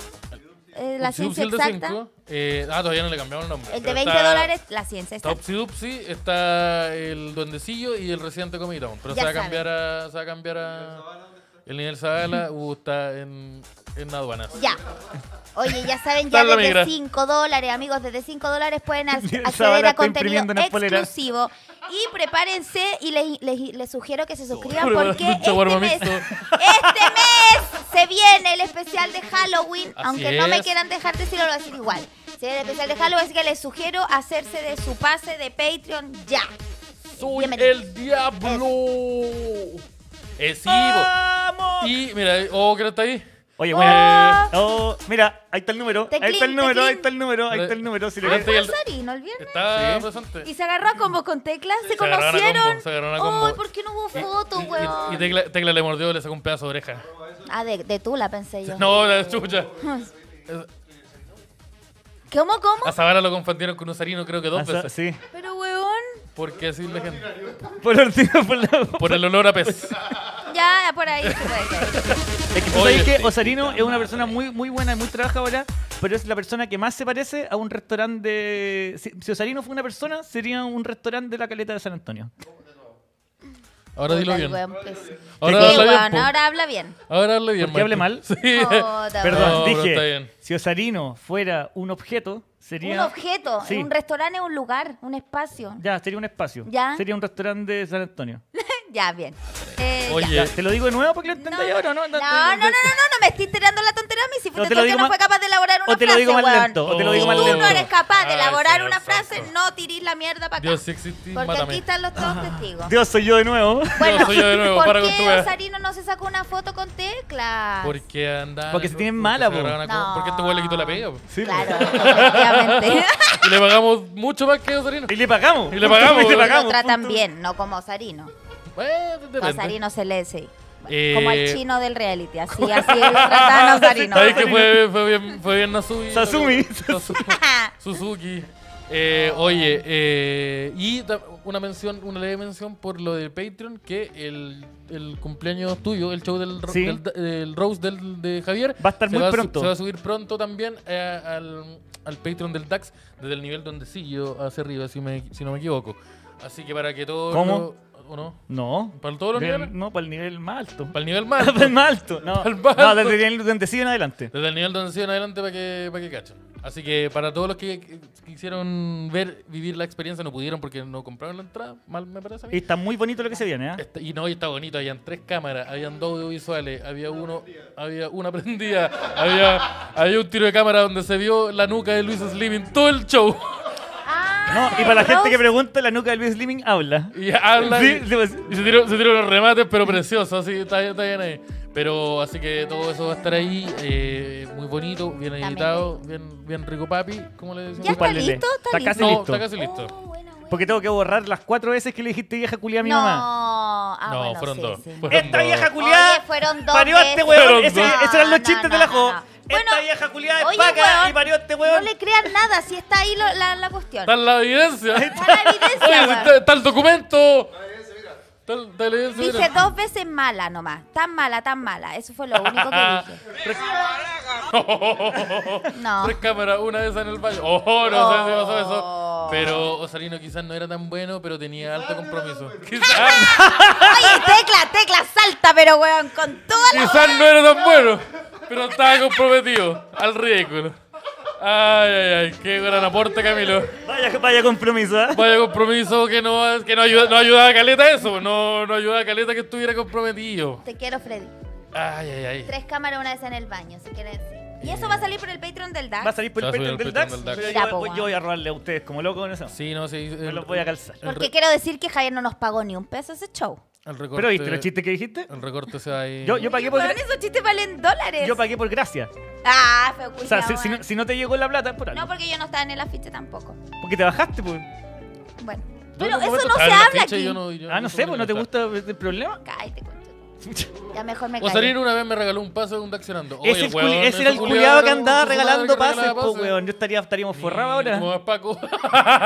S1: Eh, la
S2: Upsidupsi,
S1: ciencia
S2: el de
S1: exacta.
S2: cinco, eh, ah, todavía no le cambiamos el nombre.
S1: El de
S2: pero
S1: 20
S2: está-
S1: dólares, la ciencia
S2: Está
S1: exacta.
S2: Upsi Dupsi, está el Duendecillo y el Residente Comedy Town. Pero
S1: Ya
S2: se va, a
S1: saben.
S2: cambiar a, se va a cambiar a. El nivel Sabala uh, está en, en aduanas.
S1: Ya. Oye, ya saben, ya
S2: Dale la
S1: desde
S2: migra.
S1: 5 dólares, amigos, desde 5 dólares pueden ac-
S3: El
S1: acceder
S3: sábado
S1: a
S3: estoy
S1: contenido
S3: imprimiendo una polera.
S1: exclusivo Y prepárense y les, les- les sugiero que se suscriban
S2: Sobre-
S1: porque
S2: un shawarma
S1: este mes, este
S2: mixto.
S1: mes se viene el especial de Halloween.
S2: Así
S1: aunque no me
S2: es.
S1: quieran dejar decirlo, lo voy a decir igual. Se viene el especial de Halloween, así que les sugiero hacerse de su pase de Patreon ya.
S2: Soy
S1: Bienvenidos.
S2: el diablo. Eh, sí,
S1: Ah.
S2: bo.
S3: ¡Vamos!
S2: Y mira, eh, oh, creo que está ahí.
S3: Oye,
S1: Oh.
S3: bueno. oh, mira, ahí está el número.
S1: Teclín,
S3: ahí está el número, ahí
S1: teclín.
S3: está el número, ahí está el número. Si le
S2: Antes que el-
S1: Sarino el viernes.
S2: Está
S3: Sí.
S2: presente.
S1: Y se agarró a combo con Tecla, se,
S2: Se agarraron a combo,
S1: conocieron.
S2: se agarraron a combo.
S1: Ay, ¿por qué no hubo foto,
S2: Y- y-
S1: weón?
S2: Y, tecla, Tecla le mordió, le sacó un pedazo de oreja.
S1: Ah, de, de tú la pensé yo.
S2: No, la chucha.
S1: ¿Cómo, cómo?
S2: A Zabala lo confundieron con un sarino creo que dos
S3: Asa-
S2: veces.
S3: Sí.
S1: Pero, weón,
S2: Porque así la gente.
S3: Por el tío, por la.
S2: Por el olor a pez.
S1: ya por ahí se puede caer.
S3: Es que tú
S2: Oye,
S3: sabes que
S2: sí.
S3: Osarino es una persona muy, muy buena y muy trabajadora, pero es la persona que más se parece a un restaurante de... Si, si Osarino fuera una persona, sería un restaurante de la caleta de San Antonio.
S2: Ahora dilo
S1: Puta, el
S2: bien.
S1: weón pésimo.
S2: Ahora
S1: pues. Sí,
S2: habla bien.
S1: weón,
S2: po.
S1: ahora habla bien.
S2: Ahora habla bien.
S3: ¿Por qué hablé
S2: Marco.
S3: mal?
S2: Sí.
S1: Joda,
S3: Perdón,
S2: No, pero está bien.
S3: dije, si Osarino fuera un objeto, sería...
S1: Un objeto,
S3: Sí.
S1: un restaurante es un lugar, un espacio.
S3: Ya, sería un espacio.
S1: Ya.
S3: Sería un restaurante de San Antonio.
S1: ya, bien. Eh,
S2: Oye,
S3: Ya, te lo digo de nuevo porque lo entendáis ahora, ¿no?
S1: no, no, no, no, no, no, me estoy tirando la tontera a mí. Si
S3: te
S1: fuiste tú
S3: lo
S1: que
S3: digo
S1: no
S3: más-
S1: fue capaz de elaborar una
S3: O te lo digo
S1: frase,
S3: más
S1: weón.
S3: lento, o te lo digo más
S1: Tú
S3: lento.
S1: no eres capaz de
S2: Ay,
S1: elaborar
S2: señor
S1: una frase,
S2: santo.
S1: no tirís la mierda para acá.
S2: Ah, Dios existí,
S1: porque
S2: mátame. Ah.
S1: aquí están los dos testigos.
S3: Dios, soy yo de nuevo.
S1: Bueno,
S2: soy yo de nuevo,
S1: ¿por
S2: para con tu
S1: qué
S2: wea.
S1: Osarino no se sacó una foto con teclas?
S2: Porque andaban.
S3: Porque se tienen mala, po.
S1: No.
S2: Porque este weón le quitó la pega. po.
S3: Sí, pues.
S1: Claro, obviamente.
S2: Y le pagamos mucho más que a Osarino.
S3: Y le pagamos.
S2: Y le pagamos.
S3: Y le
S1: Lo
S3: pagamos.
S1: tratan bien, no como Osarino.
S2: Bueno, depende.
S1: Osarino se le sí.
S2: Eh,
S1: Bueno, pues,
S2: Ah,
S1: Como al chino del reality, así, así lo tratan a Osarino.
S2: ¿Sabes que fue, fue bien, fue bien Nasui?
S3: Sasumi.
S2: Suzuki. Eh, oye, eh, y da- una mención, una leve mención por lo de Patreon, que el, el cumpleaños tuyo, el show del, ro-
S3: Sí.
S2: del- del Rose del, de Javier,
S3: Va a estar
S2: se
S3: muy
S2: a su-
S3: pronto.
S2: se va a subir pronto también eh, al, al Patreon del DAX, desde el nivel donde sí yo hacia arriba, si, me- si no me equivoco. Así que para que todo...
S3: ¿Cómo?
S2: ¿O no?
S3: No.
S2: ¿Para todos los
S3: Del-
S2: niveles?
S3: No, para el nivel más alto.
S2: Para el nivel más.
S3: Para el más alto. No,
S2: Para el más alto.
S3: no desde el dentecillo en adelante.
S2: Desde el nivel donde sido en adelante para que, para que cachen. Así que para todos los que que quisieron ver, vivir la experiencia, no pudieron porque no compraron la entrada, mal me parece a
S3: Y
S2: mí.
S3: está muy bonito lo que se viene, ¿eh?
S2: Está- Y no, y está bonito, habían tres cámaras, habían dos audiovisuales, había uno, había una prendida, había, había un tiro de cámara donde se vio la nuca de Luis Slimming todo el show.
S1: Ah,
S3: No, y para la gente que pregunta, la nuca de Luis Slimming habla.
S2: Y habla
S3: Sí,
S2: y,
S3: sí, pues.
S2: y se tiró, se tiró unos remates, pero preciosos, así está, bien- está bien ahí. Pero así que todo eso va a estar ahí, eh, muy bonito, bien
S1: También
S2: editado, bien, bien rico papi, ¿cómo le decimos?
S1: ¿Ya está
S3: Chúpalele.
S1: listo?
S3: Está
S1: ¿Está, listo?
S3: casi
S2: No,
S3: listo.
S2: está casi listo.
S1: Oh, buena, buena.
S3: Porque tengo que borrar las cuatro veces que le dijiste vieja culia a mi
S1: no.
S3: mamá.
S1: Ah,
S2: no,
S1: bueno,
S2: fueron
S1: sí,
S2: dos.
S1: sí.
S2: fueron
S3: ¡Esta
S2: dos.
S3: vieja culiada!
S1: Oye, fueron dos
S3: ¡Parió a este
S1: veces.
S3: weón!
S2: Fueron
S3: Ese,
S2: dos.
S3: Esos eran los
S1: No,
S3: chistes
S1: no,
S3: de la
S1: no,
S3: jo.
S1: no.
S3: ¡Esta
S1: Bueno,
S3: vieja culiada es
S1: oye,
S3: paca
S1: weón,
S3: y parió a este weón!
S1: No le crean nada, si está ahí lo- la, la cuestión.
S2: Está en la evidencia.
S1: Está la evidencia,
S2: Oye,
S1: weón.
S2: está, está el documento. Está el- está la evidencia, mira.
S1: Dije dos veces mala nomás. Tan mala, tan mala. Eso fue lo único que dije.
S2: Tres,
S1: No.
S2: Tres cámaras, una de esas en el baño. Oh, no sé si pasó
S1: Oh.
S2: eso. Pero Osarino quizás no era tan bueno, pero tenía alto compromiso. Quizás,
S1: Oye, tecla, tecla, salta, pero weón, con toda la.
S2: quizás no era tan bueno, pero estaba comprometido al ridículo. Ay, ay, ay, qué gran aporte, Camilo.
S3: Vaya, vaya compromiso, ¿eh?
S2: Vaya compromiso que no, que no, ayuda, no ayudaba a Caleta eso. No, no ayudaba a Caleta que estuviera comprometido.
S1: Te quiero, Freddy.
S2: Ay, ay, ay.
S1: Tres cámaras, una vez en el baño, si quieren. Y eso va a salir por el Patreon del DAX.
S3: Va a salir por
S2: Se va
S3: el
S2: a subir
S3: Patreon
S2: al
S3: del
S2: Patreon
S3: DAX.
S2: del DAX.
S3: pero
S1: Ya,
S3: Yo,
S1: po,
S3: voy- yo voy a robarle a ustedes como loco con eso.
S2: Sí, no, sí.
S3: Me los voy a calzar.
S1: Porque quiero decir que Javier no nos pagó ni un peso ese show.
S2: recorte,
S3: Pero viste los chistes que dijiste?
S2: El recorte se va ahí.
S3: Yo, yo pagué por...
S1: Weón, esos chistes valen dólares.
S3: Yo pagué por gracia.
S1: Ah, fue
S3: O sea, si,
S1: culiao,
S3: si no,
S1: weón.
S3: si no te llegó la plata, es por algo.
S1: No, porque yo no estaba en el afiche tampoco.
S3: Porque te bajaste, pues.
S1: Bueno.
S2: Yo en
S1: Pero
S2: un
S1: eso
S2: momento
S1: no
S2: estaba en
S1: se
S2: Ah, la
S1: habla
S2: ficha y
S1: aquí.
S2: yo yo
S3: Ah, no sé,
S2: supe
S3: pues
S2: que
S3: no te
S2: estaba.
S3: gusta el problema.
S1: Cállate, concha. Ya mejor me callo.
S2: Osarino una vez me regaló un pase de un Daxionando.
S3: Ese, el culi- ese era el culiado que andaba regalando pases, pues, weón. Yo estaría, estaríamos forrados ahora.
S2: Paco.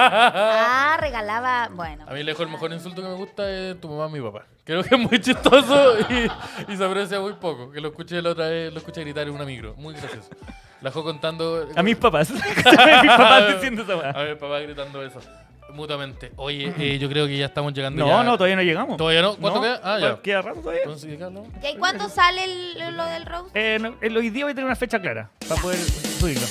S1: Ah, regalaba. Bueno.
S2: A mí lejos el mejor insulto que me gusta es tu mamá y mi papá. Creo que es muy chistoso y, y se aprecia muy poco. Que lo escuché la otra vez, lo escuché gritar en una micro. Muy gracioso. La dejó contando. eh,
S3: A mis papás. mis papás diciendo esa
S2: A
S3: weá.
S2: ver, papá gritando eso. Mutuamente. Oye, eh, yo creo que ya estamos llegando. ya-
S3: No, no, todavía no llegamos.
S2: Todavía no. ¿Cuánto
S3: No,
S2: queda? Ah, ya.
S3: Queda rato todavía.
S2: Entonces, ¿de qué hablamos?
S1: ¿Y ahí cuánto sale el- lo del roast?
S3: Eh, no, el- hoy día voy a tener una fecha clara para poder subirlo.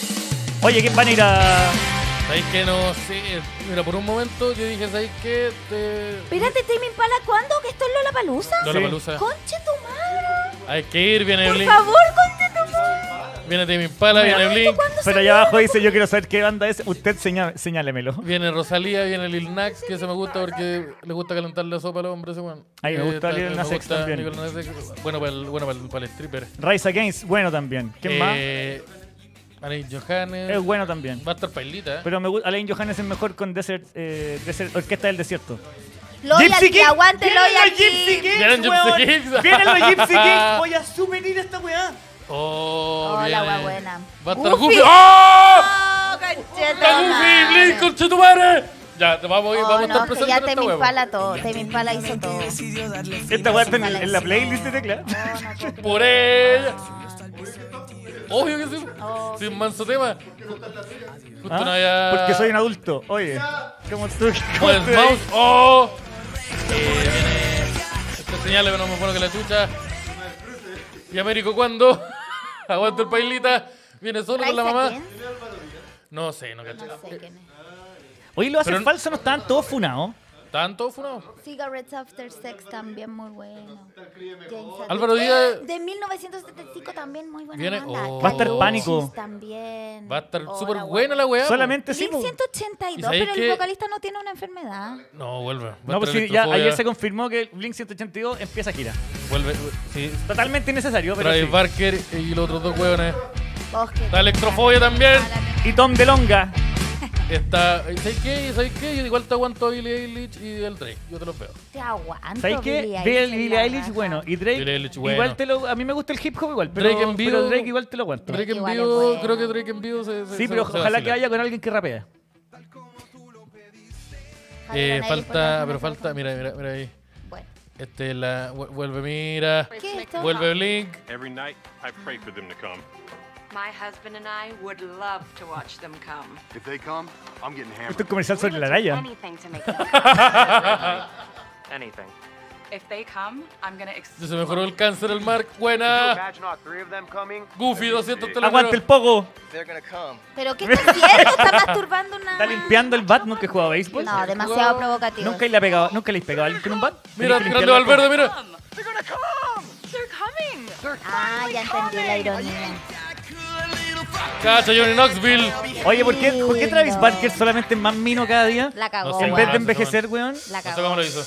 S3: Oye, ¿quién van a ir a...?
S2: Está ¿Sabéis que no? Sí, eh, mira, por un momento yo dije, ¿sabéis qué? Te...
S1: Espérate, Tame Impala, ¿cuándo? ¿Que esto es Lola Palusa?
S2: Lollapalooza.
S1: Conche tu madre.
S2: Hay que ir, viene
S1: Por
S2: Blink,
S1: favor, conche tu madre.
S2: viene Tame Impala, viene
S1: ¿Esto
S2: Blink,
S1: cuándo
S3: Pero
S1: salió?
S3: allá abajo dice, yo quiero saber qué banda es. Usted señá- señálemelo.
S2: viene Rosalía, viene Lil Nax, que se me gusta porque le gusta calentar la sopa al hombre ese weón.
S3: Ay, me gusta
S2: está-
S3: Lil
S2: me
S3: Nas X
S2: gusta
S3: también.
S2: Lil Nas X. Bueno, para el, bueno, para el, para el stripper.
S3: Rise Against, bueno también. ¿Quién más?
S2: Eh, Anaís Johannes.
S3: Es bueno también.
S2: Va a estar pailita, ¿eh?
S3: Pero me gusta, Alain Johannes es mejor con Desert, eh, Desert- Orquesta del Desierto.
S1: Loyalty, aguante
S3: ¡Vienen los Gypsy
S1: Loyalty.
S3: Kings,
S2: ¡Vienen Gypsy
S3: weón!
S2: Kings!
S3: ¡Vienen los Gypsy Kings! Voy a súper ir a esta weá.
S2: Oh,
S1: Hola,
S2: viene-
S1: guau, buena.
S2: Va a estar
S1: Goofy.
S2: Goofy. ¡Oh!
S1: Oh, conche tu
S2: ¡Está Goofy!
S1: madre.
S2: ¡Blink, conchetumare! Ya, te vamos, a ir-
S1: Oh,
S2: vamos a
S1: no,
S2: estar
S1: es que
S2: presentes
S1: ya
S2: en esta
S1: Tame
S2: hueva.
S1: Impala todo. Tame Impala hizo todo.
S3: Esta weá está en, en la playlist de tecla.
S2: Por ella. Obvio que sí. Sí, un manso tema. Justo no
S3: ¿Ah?
S2: había-
S3: Porque soy un adulto. Oye, ¿cómo tú?
S2: Como
S3: cómo
S2: el
S3: te-
S2: mouse. ¡Oh! Eh, viene. Estas señales, pero no me pone que la chucha. ¿Y Américo cuándo? Aguanta el pailita. Viene solo con la
S1: ¿Raisa
S2: mamá.
S1: quién?
S2: No sé, no caché.
S1: No sé quién es.
S3: Oye, lo hacen
S2: Pero-
S3: falso, no estaban todos funados.
S2: ¿Tanto funado?
S1: Cigarettes After Sex también muy bueno. James
S2: Álvaro
S1: Addict.
S2: Díaz.
S1: De 1975 también muy buena.
S2: Viene-
S1: banda.
S2: oh.
S3: Va a estar Pánico.
S1: Oasis También.
S2: Va a estar
S1: Hola,
S2: súper
S1: guau.
S2: buena la weá. po.
S3: Solamente sí.
S1: Blink
S3: po.
S1: 182,
S2: ¿Y sabéis
S1: pero
S2: que-
S1: el vocalista no tiene una enfermedad.
S2: No, vuelve. Va a
S3: No,
S2: estar
S3: pues sí, ya
S2: electrofobia.
S3: ayer se confirmó que Blink 182 empieza a gira.
S2: Vuelve. Sí.
S3: Totalmente innecesario, pero
S2: Travis
S3: sí.
S2: Barker y los otros dos hueones.
S1: Bosque.
S2: Está Electrofobia también.
S3: Y Tom DeLonga.
S2: Está. ¿Sabes qué? ¿Sabes qué? Yo igual te aguanto a Billie Eilish y el Drake. Yo te los veo.
S1: Te aguanto.
S3: ¿Sabes qué?
S1: Billie
S3: Billie
S1: Eilish,
S3: Billie
S1: la
S3: Eilish,
S1: raja.
S3: bueno. Y Drake,
S2: Billie Eilish, bueno.
S3: igual te lo... A mí me gusta el hip hop igual, pero
S2: Drake en vivo-
S3: pero Drake igual te lo aguanto.
S2: Drake en
S1: Igual es
S2: vivo,
S1: bueno.
S2: creo que Drake en vivo se. se-
S3: Sí,
S2: se-
S3: pero
S2: se
S3: ojalá
S2: vacila.
S3: que vaya con alguien que rapea.
S1: Javier
S2: Eh,
S1: Anaya,
S2: falta,
S1: por
S2: pero
S1: favor.
S2: falta. Mira, mira, mira ahí.
S1: Bueno.
S2: Este, la. vu- Vuelve, mira.
S1: ¿Qué es esto?
S2: Vuelve Blink.
S5: Every night, I pray for them to come.
S6: My husband and I would love to watch them come.
S7: If they come, I'm getting hammered.
S3: Esto es comercial sobre la raya.
S6: Anything to make them.
S8: Anything.
S6: If they come, I'm gonna
S2: Se
S6: explode.
S2: se mejoró el cáncer, el Mark. Buena.
S8: Imagine all three of them coming.
S2: Goofy, 200 te lo
S3: Aguante el
S2: juro.
S3: pogo.
S8: They're gonna come.
S1: ¿Pero qué está haciendo? Está masturbando una...
S3: Está limpiando el Batman que juega a béisbol.
S1: No, demasiado provocativo.
S3: Nunca le ha pegado, nunca le has pegado a alguien con un bat.
S2: Mira,
S3: Tenés que
S2: grande
S3: limpiarlo.
S2: Valverde, mira.
S8: They're gonna come.
S6: They're coming.
S1: Ah, ya entendí la ironía.
S2: Cacha, Johnny Knoxville.
S3: Oye, ¿por qué, ¿por qué Travis
S1: Lindo.
S3: Barker solamente es más mino cada día?
S1: La cagó,
S2: No sé,
S3: En
S1: weón.
S3: vez de
S2: weón.
S3: envejecer, weón.
S1: La
S2: No sé
S1: cagó.
S2: cómo lo hizo.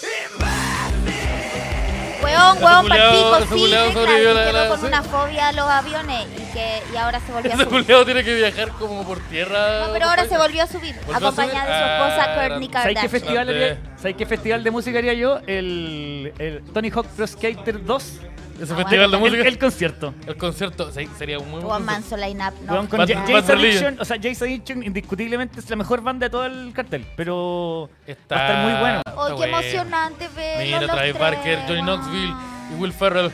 S1: Weón, weón,
S2: Ese culiao-
S1: Pachico,
S2: ese
S1: sí,
S2: culiao
S1: Ricardo,
S2: sobrevivió
S1: que
S2: la-
S1: quedó
S2: la-
S1: con
S2: sí.
S1: una fobia a los aviones y que y ahora se volvió a
S2: Ese
S1: subir.
S2: culiao tiene que viajar como por tierra.
S1: No, pero ahora se volvió a subir,
S2: ¿Volvió a
S1: acompañada de su esposa
S2: subir? Ah,
S1: Kourtney
S2: grande.
S3: ¿Sabes qué,
S1: Kardashian.
S3: festival
S2: Grande.
S3: haría- ¿Sabes qué festival de música haría yo? El, el Tony Hawk Pro Skater 2.
S2: Ese festival de
S1: La
S3: El,
S2: música.
S3: el concierto.
S2: El concierto se- sería un muy buen
S1: Juan
S2: concierto.
S1: Manso Line-Up,
S3: Weón,
S1: ¿no?
S3: con
S2: Bad-
S3: Ja-
S2: Bad
S3: Jason
S2: Religion.
S3: Addiction, o sea, Jason Addiction indiscutiblemente es la mejor banda de todo el cartel, pero
S2: Está...
S3: va a estar muy bueno.
S1: ¡Ay, Oh, qué
S2: bueno.
S1: emocionante verlo!
S2: Mira,
S1: los
S2: Travis
S1: tres,
S2: Barker, Johnny
S1: weón.
S2: Knoxville y Will Ferrell.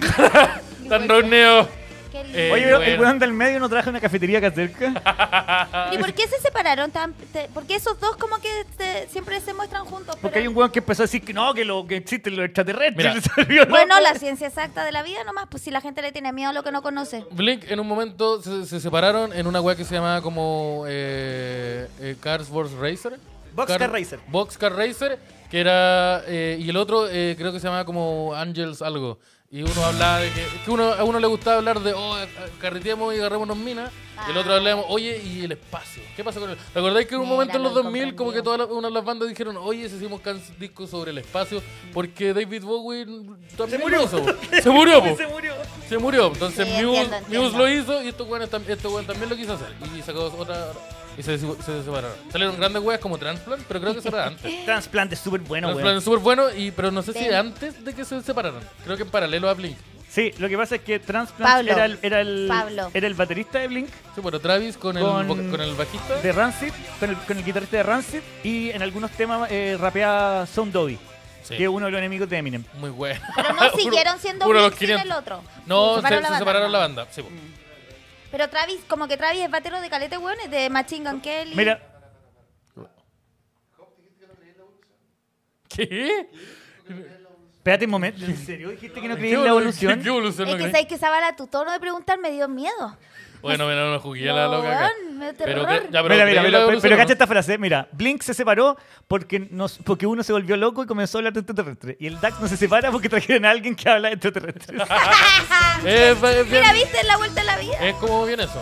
S1: Ferrell.
S2: Están reunidos.
S1: Qué lindo.
S2: Eh,
S3: Oye, pero el
S2: bueno.
S3: weón del medio no traje una cafetería acá cerca.
S1: ¿Y por qué se separaron tan...? te- ¿Por qué esos dos como que te- siempre se muestran juntos?
S3: Porque
S1: pero-
S3: hay un weón que empezó a decir que no, que lo que existen los extraterrestres.
S2: Mira.
S3: Se volvió loco.
S1: Bueno, la ciencia exacta de la vida nomás, pues si la gente le tiene miedo a lo que no conoce.
S2: Blink en un momento se, se separaron en una weá que se llamaba como eh, eh, Cars vs. Racer.
S3: Boxcar
S2: Car-
S3: Racer.
S2: Boxcar Racer, que era... eh, y el otro eh, creo que se llamaba como Angels algo. Y uno hablaba de que... que uno, a uno le gustaba hablar de, oh, eh, carreteemos y agarrémonos minas. Y el otro hablábamos, oye, ¿y el espacio? ¿Qué pasó con el...? ¿Recordáis que en un
S1: Mira,
S2: momento en los
S1: lo
S2: 2000 como que
S1: incomprendido.
S2: todas las, una de las bandas dijeron, oye, si hicimos can- discos sobre el espacio? Porque David Bowie también se murió. Se murió, po.
S3: Se murió.
S2: Se murió, entonces
S1: Sí,
S2: Muse,
S1: entiendo, entiendo.
S2: Muse lo hizo y estos weones tam- estos weones también lo quiso hacer. Y sacó otra. Y se, se separaron. Salieron grandes weas como Transplant, pero creo que eso era antes.
S3: Transplant es súper bueno,
S2: Transplant
S3: weón.
S2: es súper bueno, y, pero no sé si
S1: Ven.
S2: antes de que se separaran. Creo que en paralelo a Blink.
S3: Sí, lo que pasa es que Transplant
S1: Pablo.
S3: era el, era, el,
S1: Pablo.
S3: era el baterista de Blink,
S2: Sí, bueno, Travis con el,
S3: Con-
S2: voca- con el bajista.
S3: de Rancid, con el, con el guitarrista de Rancid y en algunos temas eh, rapeaba Sound Doggy,
S2: Sí.
S3: que es uno de los enemigos de Eminem.
S2: Muy bueno.
S1: Pero no siguieron siendo
S2: uno de los
S1: Blink sin
S2: 500.
S1: el otro.
S2: No, se,
S1: separaron
S2: se separaron la banda. Sí, po.
S1: Mm. Pero Travis, como que Travis es batero de calete, weón, es de Machine Gun Kelly.
S3: Mira,
S2: ¿Qué?
S3: espérate un momento. ¿En serio dijiste que no creí en
S2: ¿Qué
S3: la
S2: evolu-
S3: evolución?
S2: ¿Qué, qué evolución?
S1: es
S2: no
S1: que
S2: creí?
S1: sabéis que Zabala, tu tono de preguntar me dio miedo.
S2: Bueno, mira, no jugué a la
S1: No,
S2: loca. acá.
S1: weón, me dio
S2: Pero,
S1: terror.
S2: que- ya, pero creo que
S3: mira, mira, mira,
S2: lo
S3: pero, pero
S2: evolucionaron.
S3: cacha esta frase, mira, Blink se separó porque, nos, porque uno se volvió loco y comenzó a hablar de extraterrestres. Y el DAC no se separa porque trajeron a alguien que habla de extraterrestres. Ah,
S2: Eh, fue- bien-
S1: Mira, viste la vuelta a la vida.
S3: Eh,
S2: Es como bien Eh, eso.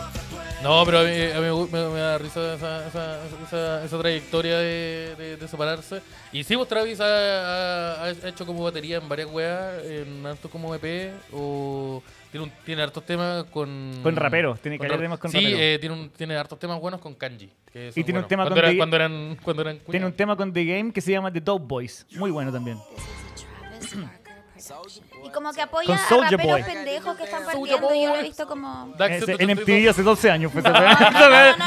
S2: No, pero a mí, a mí me gu- me, me da risa esa, esa, esa- esa trayectoria de, de- de separarse. Y sí, vos Travis ha, ha- ha hecho como batería en varias weas, en hartos como EP, o tiene, un- tiene hartos temas con...
S3: Con raperos, tiene caleta de temas con
S2: sí,
S3: raperos.
S2: eh, tiene, un- tiene hartos temas buenos con Kanji. que son
S3: Y tiene un
S2: buenos.
S3: tema
S2: cuando
S3: con
S2: era-
S3: Di-
S2: cuando eran Cuando eran
S3: Tiene un
S2: cuñados.
S3: tema con The Game que se llama The Dope Boys. Muy bueno también.
S1: Y como que apoya
S3: Con
S1: a
S3: Soulja
S1: raperos
S3: Boy.
S1: pendejos que están
S2: Soulja
S1: partiendo. Yo lo he
S2: Boy.
S1: visto como...
S2: Dax
S3: Ese-
S2: 782.
S3: en MTV hace 12 años. pues,
S1: No, no, no, no,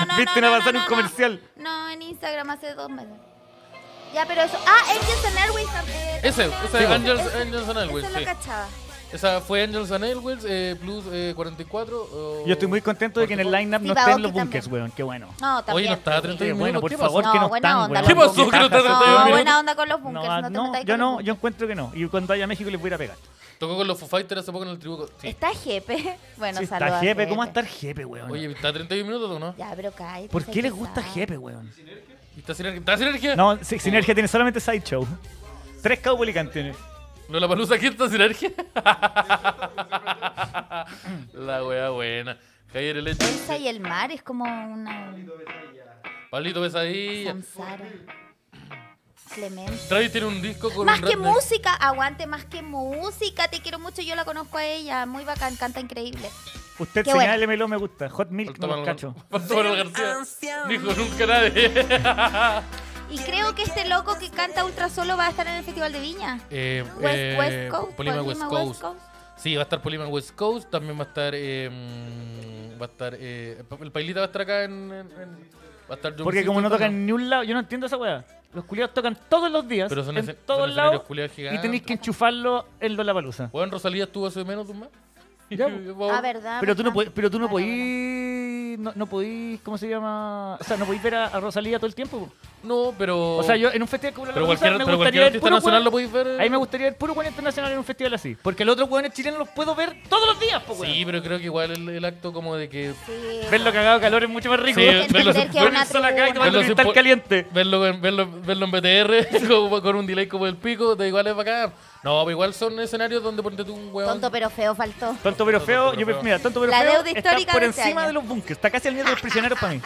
S1: no,
S3: Viste
S1: no,
S3: una
S1: no,
S3: pasar
S1: no,
S3: un
S1: no.
S3: comercial.
S1: No, en Instagram hace dos meses. Ya, pero eso... Ah, Angels and Airways también.
S2: Ese, ese, Angels- Angels and Airways,
S1: Ese
S2: sí.
S1: lo cachaba.
S2: Esa fue Angels and Airways, eh, Blues eh, 44. o-
S3: Yo estoy muy contento de que en el lineup no
S1: Viva
S3: estén
S1: Oki
S3: los bunkers,
S1: también.
S3: weón. Qué bueno.
S1: No, también.
S2: Oye, no estaba
S3: Qué
S2: 31
S3: bueno,
S2: minutos.
S3: por
S2: ¿qué
S3: favor,
S2: pasó?
S1: No,
S3: que no
S1: buena
S3: están,
S1: onda
S3: weón.
S1: los
S2: ¿Qué pasó?
S1: bunkers.
S2: Que no están
S1: No,
S2: 31 minutos.
S1: buena onda con los bunkers.
S3: No, ah,
S1: No, te
S3: no,
S1: metáis
S3: yo
S1: con los
S3: no, yo encuentro que no. Y cuando vaya a México les voy a ir a pegar.
S2: Tocó con los Foo Fighters hace poco en el tributo. Sí.
S1: Está Jepe. Bueno,
S3: Sí,
S1: saludos.
S3: está
S1: a
S3: jepe, ¿cómo va a estar jepe, weón?
S2: Oye, ¿está 31 minutos o no?
S1: Ya, pero cállate.
S3: ¿Por qué les
S1: pesado.
S3: gusta jepe, weón?
S2: ¿Y ¿Está sinergia? ¿Está sinergia?
S3: No, si- Sinergia tiene solamente Sideshow. Tres Cowboy canciones.
S2: ¿No la palusa aquí está sinergia? la wea buena. Javier el hecho.
S1: Elsa y el mar es como una
S2: Pablito Pesadilla.
S1: samsara. Clemente.
S2: Travis tiene un disco con
S1: Más
S2: un
S1: que
S2: rap de-
S1: música, aguante más que música. Te quiero mucho, yo la conozco a ella. Muy bacán, canta increíble.
S3: Usted
S1: Qué bueno.
S3: señálemelo, me gusta. Hot Milk,
S2: Faltó
S3: no los
S2: Manuel-
S3: cacho.
S2: Faltó Manuel García. Dijo nunca nadie.
S1: Y creo que este loco que canta ultra solo va a estar en el Festival de Viña.
S2: Eh,
S1: West-
S2: eh,
S1: West Coast,
S2: Polima West,
S1: Polima
S2: Coast.
S1: West Coast.
S2: Sí, va a estar Polima West Coast. También va a estar. eh, mm, va a estar. eh, pa- el Pailita va a estar acá en. en- en- va a estar John
S3: Porque
S2: Cena
S3: como no tocan
S2: tocando.
S3: en ni un lado, yo no entiendo esa weá. Los culiados tocan todos los días,
S2: Pero son
S3: en
S2: escen- son
S3: todos
S2: escenarios
S3: lados,
S2: culiados
S3: y
S2: gigantes.
S3: tenéis que enchufarlo en Lollapalooza.
S2: Bueno, Rosalía estuvo hace menos de un mes.
S3: Ya,
S2: Vamos.
S1: Ah, verdad.
S3: Pero tú no
S1: verdad.
S3: podís, pero tú no
S1: Bueno, bueno.
S3: podís, no, no podís, ¿cómo se llama? O sea, no podís ver a, a Rosalía todo el tiempo.
S2: No, pero.
S3: O sea, yo en un festival como
S2: Pero
S3: Lollapalooza
S2: cualquier,
S3: me
S2: pero
S3: gustaría
S2: cualquier
S3: ver
S2: artista
S3: puro
S2: nacional
S3: weón-
S2: lo podéis ver. eh.
S3: Ahí me gustaría ver puro weón internacional en un festival así. Porque el otro weón chileno los puedo ver todos los días, po, weón.
S2: Sí, pero creo que igual el, el acto como de que.
S1: Sí.
S3: Verlo cagado de calor es mucho más rico.
S2: Sí,
S3: Verlo-
S2: verlo-
S1: Entender que es
S3: verlo
S1: una
S3: en sola acá y
S1: tribuna.
S3: tomando
S2: Verlo sin
S3: cristal
S2: po-
S3: caliente.
S2: Verlo en, verlo, verlo en BTR con, con un delay como el pico, de igual es bacán. No, pero igual son escenarios donde ponte tú un hueón.
S1: Tonto pero feo faltó.
S3: Tonto pero feo,
S2: pero
S3: yo
S2: feo.
S3: mira, tonto pero
S1: La
S3: feo
S1: deuda
S3: está
S1: histórica
S3: por
S1: de este
S3: encima
S1: año.
S3: de los bunkers, está casi al nivel de los prisioneros para mí.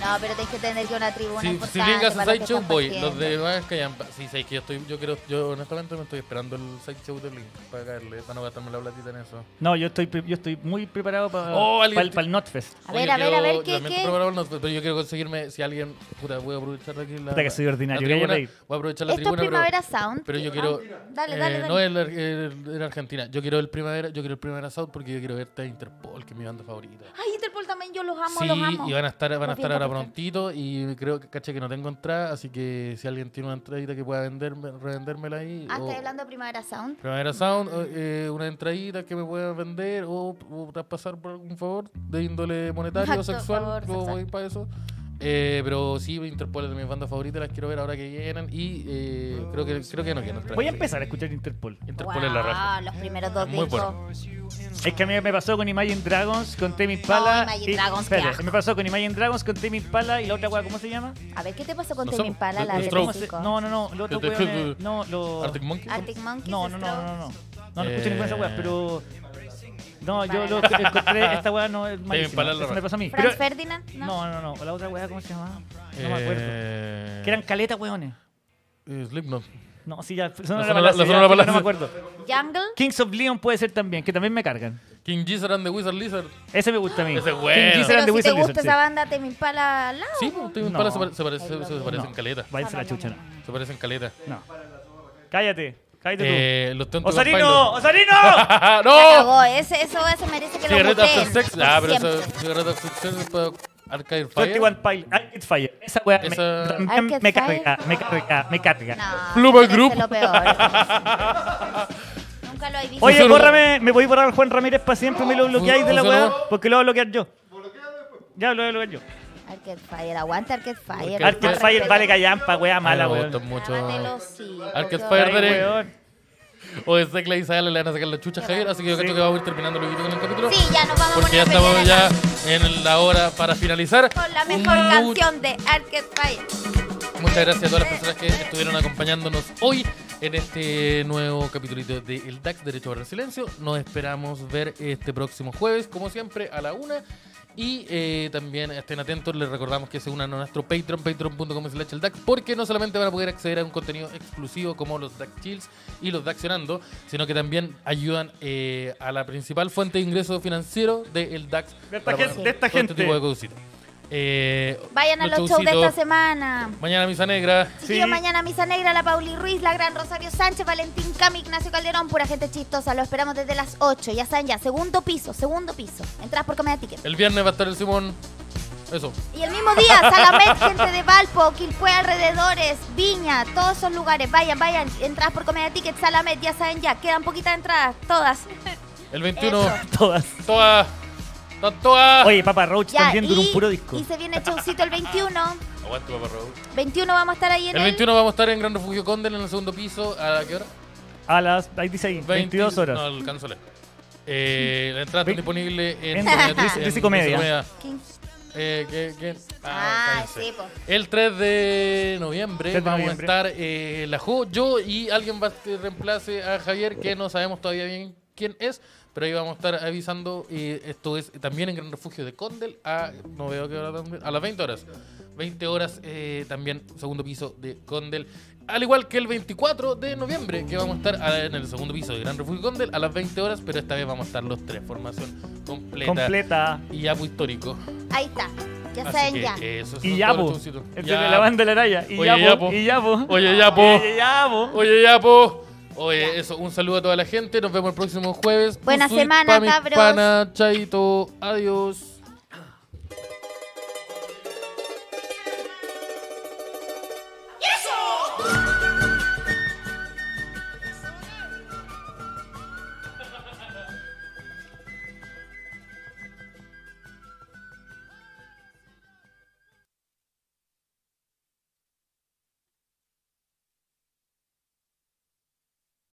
S1: No, pero tenés que entender que una tribuna
S2: Si,
S1: importante
S2: si ligas a
S1: para los que
S2: Sideshow,
S1: están
S2: voy. Los
S1: partiendo.
S2: de Vagas Callampa. Sí, sé que yo estoy. Yo, quiero, yo honestamente me estoy esperando el Sideshow de Link para caerle, para no gastarme la platita en eso.
S3: No, yo estoy, pre- yo estoy muy preparado para
S2: Oh, alguien
S3: el,
S2: te-
S3: Notfest.
S1: A
S2: Oye,
S1: ver, a ver, a
S2: quiero-
S1: ver, ¿qué,
S2: lamento
S1: qué?
S2: probar el Notfest, pero yo quiero conseguirme. Si alguien. Puta, voy a aprovechar aquí la.
S3: Puta que soy ordinario,
S2: la
S3: que
S2: tribuna,
S3: haya reír.
S2: Voy a aprovechar la
S1: Esto es
S2: tribuna. pero-
S1: Primavera Sound.
S2: Pero yo
S1: Ah,
S2: quiero.
S1: dale,
S2: eh,
S1: dale, dale.
S2: No, el, ar- el- el Argentina. Yo quiero el primavera, yo quiero el primavera South porque yo quiero verte a Interpol, que es mi banda favorita.
S1: Ay, Interpol también, yo los amo,
S2: sí,
S1: los amo.
S2: y van a estar, van a
S1: Los
S2: estar
S1: vi en
S2: ahora
S1: Capital.
S2: prontito y creo que caché que no tengo entrada, así que si alguien tiene una entradita que pueda venderme, revendérmela ahí.
S1: Ah,
S2: o-
S1: estoy hablando de Primavera Sound.
S2: Primavera Sound, eh, eh, una entradita que me puedan vender o, o traspasar por algún favor de índole monetario o
S1: Exacto,
S2: sexual.
S1: favor
S2: yo
S1: sexual.
S2: voy para eso. Eh, pero sí, Interpol es de mis bandas favoritas, las quiero ver ahora que vienen y eh, creo que creo que no quiero entrar.
S3: Voy a empezar a escuchar Interpol.
S2: Interpol es la raja.
S1: Guau, los primeros dos
S2: Muy
S1: discos.
S2: bueno.
S3: Es que a mí me pasó con Imagine Dragons, con Tame Impala.
S1: No, Imagine Dragons, qué
S3: espérate,
S1: asco.
S3: me pasó con Imagine Dragons, con Tame Impala y la otra weá, ¿cómo se llama?
S1: A ver, ¿qué te pasó con
S2: No
S1: Tame
S2: somos-
S1: Impala? La
S2: los
S1: de
S2: Strokes.
S1: los chicos?
S3: No, no, no, los otros
S2: Que te-
S3: weones- No, los.
S2: Arctic Monkeys.
S1: Arctic Monkeys.
S3: No, no, no, no, no, no. No, no escuché
S2: Eh.
S3: ninguna de esas weas, pero. No, yo
S1: Para
S3: lo
S1: nada.
S3: encontré, esta wea no es
S2: Impala
S3: malísima.
S2: es la
S3: Eso me
S2: raja.
S3: pasó a mí.
S1: Franz
S3: Pero-
S1: Ferdinand. No.
S3: No, no, no. La otra weá, ¿cómo se llamaba? No me acuerdo.
S2: Eh,
S3: Que eran caletas, weones.
S2: eh, Slipknot.
S3: No, sí, ya. Son
S2: La
S3: la
S2: Sonora-
S3: Palacio,
S2: la Sonora
S3: ya, sí, pero No me
S2: Palacio.
S3: acuerdo.
S1: Jungle.
S3: Kings of Leon puede ser también, que también me cargan.
S2: King Gizzard and the Wizard Lizard.
S3: Ese me gusta a mí.
S2: Ese es
S3: King
S2: bueno.
S3: Gizzard and
S1: Pero
S3: the
S1: si te
S3: Wizard
S1: gusta
S3: Lizard,
S1: esa banda, Tame Impala al lado.
S2: Sí, pues, Tame
S3: No.
S2: Impala se, pare- se parece, se, se parecen caleta.
S3: sí. Váyanse a la chucha, no.
S2: Se parecen caleta.
S3: No. Cállate. Cállate
S2: Eh, los
S3: tú.
S2: tontos.
S3: ¡Osarino! ¡Osarino!
S2: Pilot.
S3: Oh.
S1: La
S2: ¡No!
S1: cagó, Ese, eso se merece que lo
S2: Cigarette After
S1: muteen.
S2: Sex. Ah, pero
S1: Siempre.
S2: esa Cigarette After Sex es para Arcade Fire.
S3: 21 Pilot. Arcade Fire. Esa weá me-
S2: Esa-
S3: me, me,
S1: Arcade
S3: carga,
S1: Fire.
S3: me carga, me carga.
S1: No,
S2: Pluma
S1: ese
S2: Group.
S1: Es lo peor. Nunca lo he visto.
S3: Oye,
S2: Funcionó.
S3: bórrame, me voy a borrar a Juan Ramírez para siempre, me lo bloqueáis de la
S2: Funcionó.
S3: weá, porque lo voy a bloquear yo. Ya, lo voy a bloquear yo.
S1: Arcade Fire, aguanta Arcade Fire.
S3: Arcade Fire vale callampa, weá
S2: Ah,
S3: mala,
S2: me gusta
S3: weón.
S2: mucho.
S1: Cálmate los hijos,
S2: Arcade
S1: qué
S2: Fire,
S3: Ay,
S1: horror.
S2: Dere.
S3: weón.
S2: O de Zack y Sale le van a sacar la chucha a Javier, así que yo creo que vamos a ir terminando lo que con el capítulo.
S1: Sí, ya nos vamos a
S2: Porque ya
S1: poner
S2: estamos
S1: pelear
S2: ya
S1: acá
S2: en la hora para finalizar.
S1: Con la
S2: Un
S1: mejor
S2: mu-
S1: canción de Arcade Fire.
S2: Muchas gracias a todas las personas que estuvieron acompañándonos hoy en este nuevo capítulo de El DAX Derecho para el Silencio. Nos esperamos ver este próximo jueves, como siempre, a la una. Y eh, también estén atentos, les recordamos que se unan a nuestro Patreon, patreon.com slash el DAX, porque no solamente van a poder acceder a un contenido exclusivo como los DAX Chills y los DAXionando, sino que también ayudan eh, a la principal fuente de ingreso financiero del DAX.
S3: De esta
S2: para
S3: gente-
S2: pagar
S3: de esta
S2: todo este
S3: gente.
S2: tipo de cositas. Eh,
S1: Vayan a los shows de
S2: showcitos.
S1: esta semana.
S2: Mañana Misa Negra.
S1: Chiquillos, mañana Misa Negra, la Pauli Ruiz, la Gran Rosario Sánchez, Valentín Cam, Ignacio Calderón, pura gente chistosa. Lo esperamos desde las 8. Ya saben, ya, segundo piso, segundo piso. Entrás por Comedia Ticket.
S2: El viernes va a estar el Simón. Eso.
S1: Y el mismo día, Salamet, gente de Valpo, Quilpue alrededores, Viña, todos esos lugares. Vayan, vayan, entradas por Comedia Ticket, Salamet, ya saben ya, quedan poquitas entradas, todas.
S2: El 21.
S1: Eso.
S3: Todas.
S2: Toa. To- Toa.
S3: Oye, Papa Roach
S1: Ya,
S3: también duró un puro disco.
S1: y se viene showcito el 21.
S2: Aguante, papá Raúl.
S1: 21 vamos a estar ahí en
S2: El 21 vamos a estar en Gran Refugio Condel en el segundo piso. ¿A qué hora?
S3: A las, ahí dice ahí, 22
S2: 20 No,
S3: horas.
S2: alcanzo a leer. Eh, la entrada está
S3: Ve-
S2: disponible en,
S3: en
S2: Comedia
S3: Dice-
S2: Tricks,
S3: Dice
S2: en
S3: Comedia.
S1: ¿Quién?
S2: Eh, ¿qué- qué?
S1: Ah,
S2: cállense.
S1: sí, po.
S2: El 3 de noviembre
S3: 3 de
S2: vamos
S3: noviembre.
S2: a estar eh, la Jo, yo y alguien va a que reemplace a Javier, que no sabemos todavía bien quién es, pero ahí vamos a estar avisando. eh, esto es también en Gran Refugio de Condel a, no veo qué hora también, a las 20 horas. 20 horas eh, también, segundo piso de Condel. Al igual que el 24 de noviembre, que vamos a estar a- en el segundo piso de Gran Refugio Condel a las 20 horas, pero esta vez vamos a estar los tres, formación completa.
S3: Completa.
S2: y ya fue histórico.
S1: Ahí está, ya
S2: Así
S1: saben
S2: que eh,
S1: ya.
S2: eso, eso
S3: Y
S2: son
S3: ya,
S2: todos los
S3: po.
S2: showcitos.
S3: El de
S2: Ya,
S3: la banda de la raya. Y
S2: Oye,
S3: ya, po.
S2: ya, po.
S3: Y ya, po.
S2: Oye, ya, po.
S3: Oye, ya, po.
S2: Oye, ya, po. Oye, eso, un saludo a toda la gente. Nos vemos el próximo jueves.
S1: Buena
S2: Un suite
S1: semana,
S2: pa' mis
S1: cabros.
S2: panas. chaito, adiós.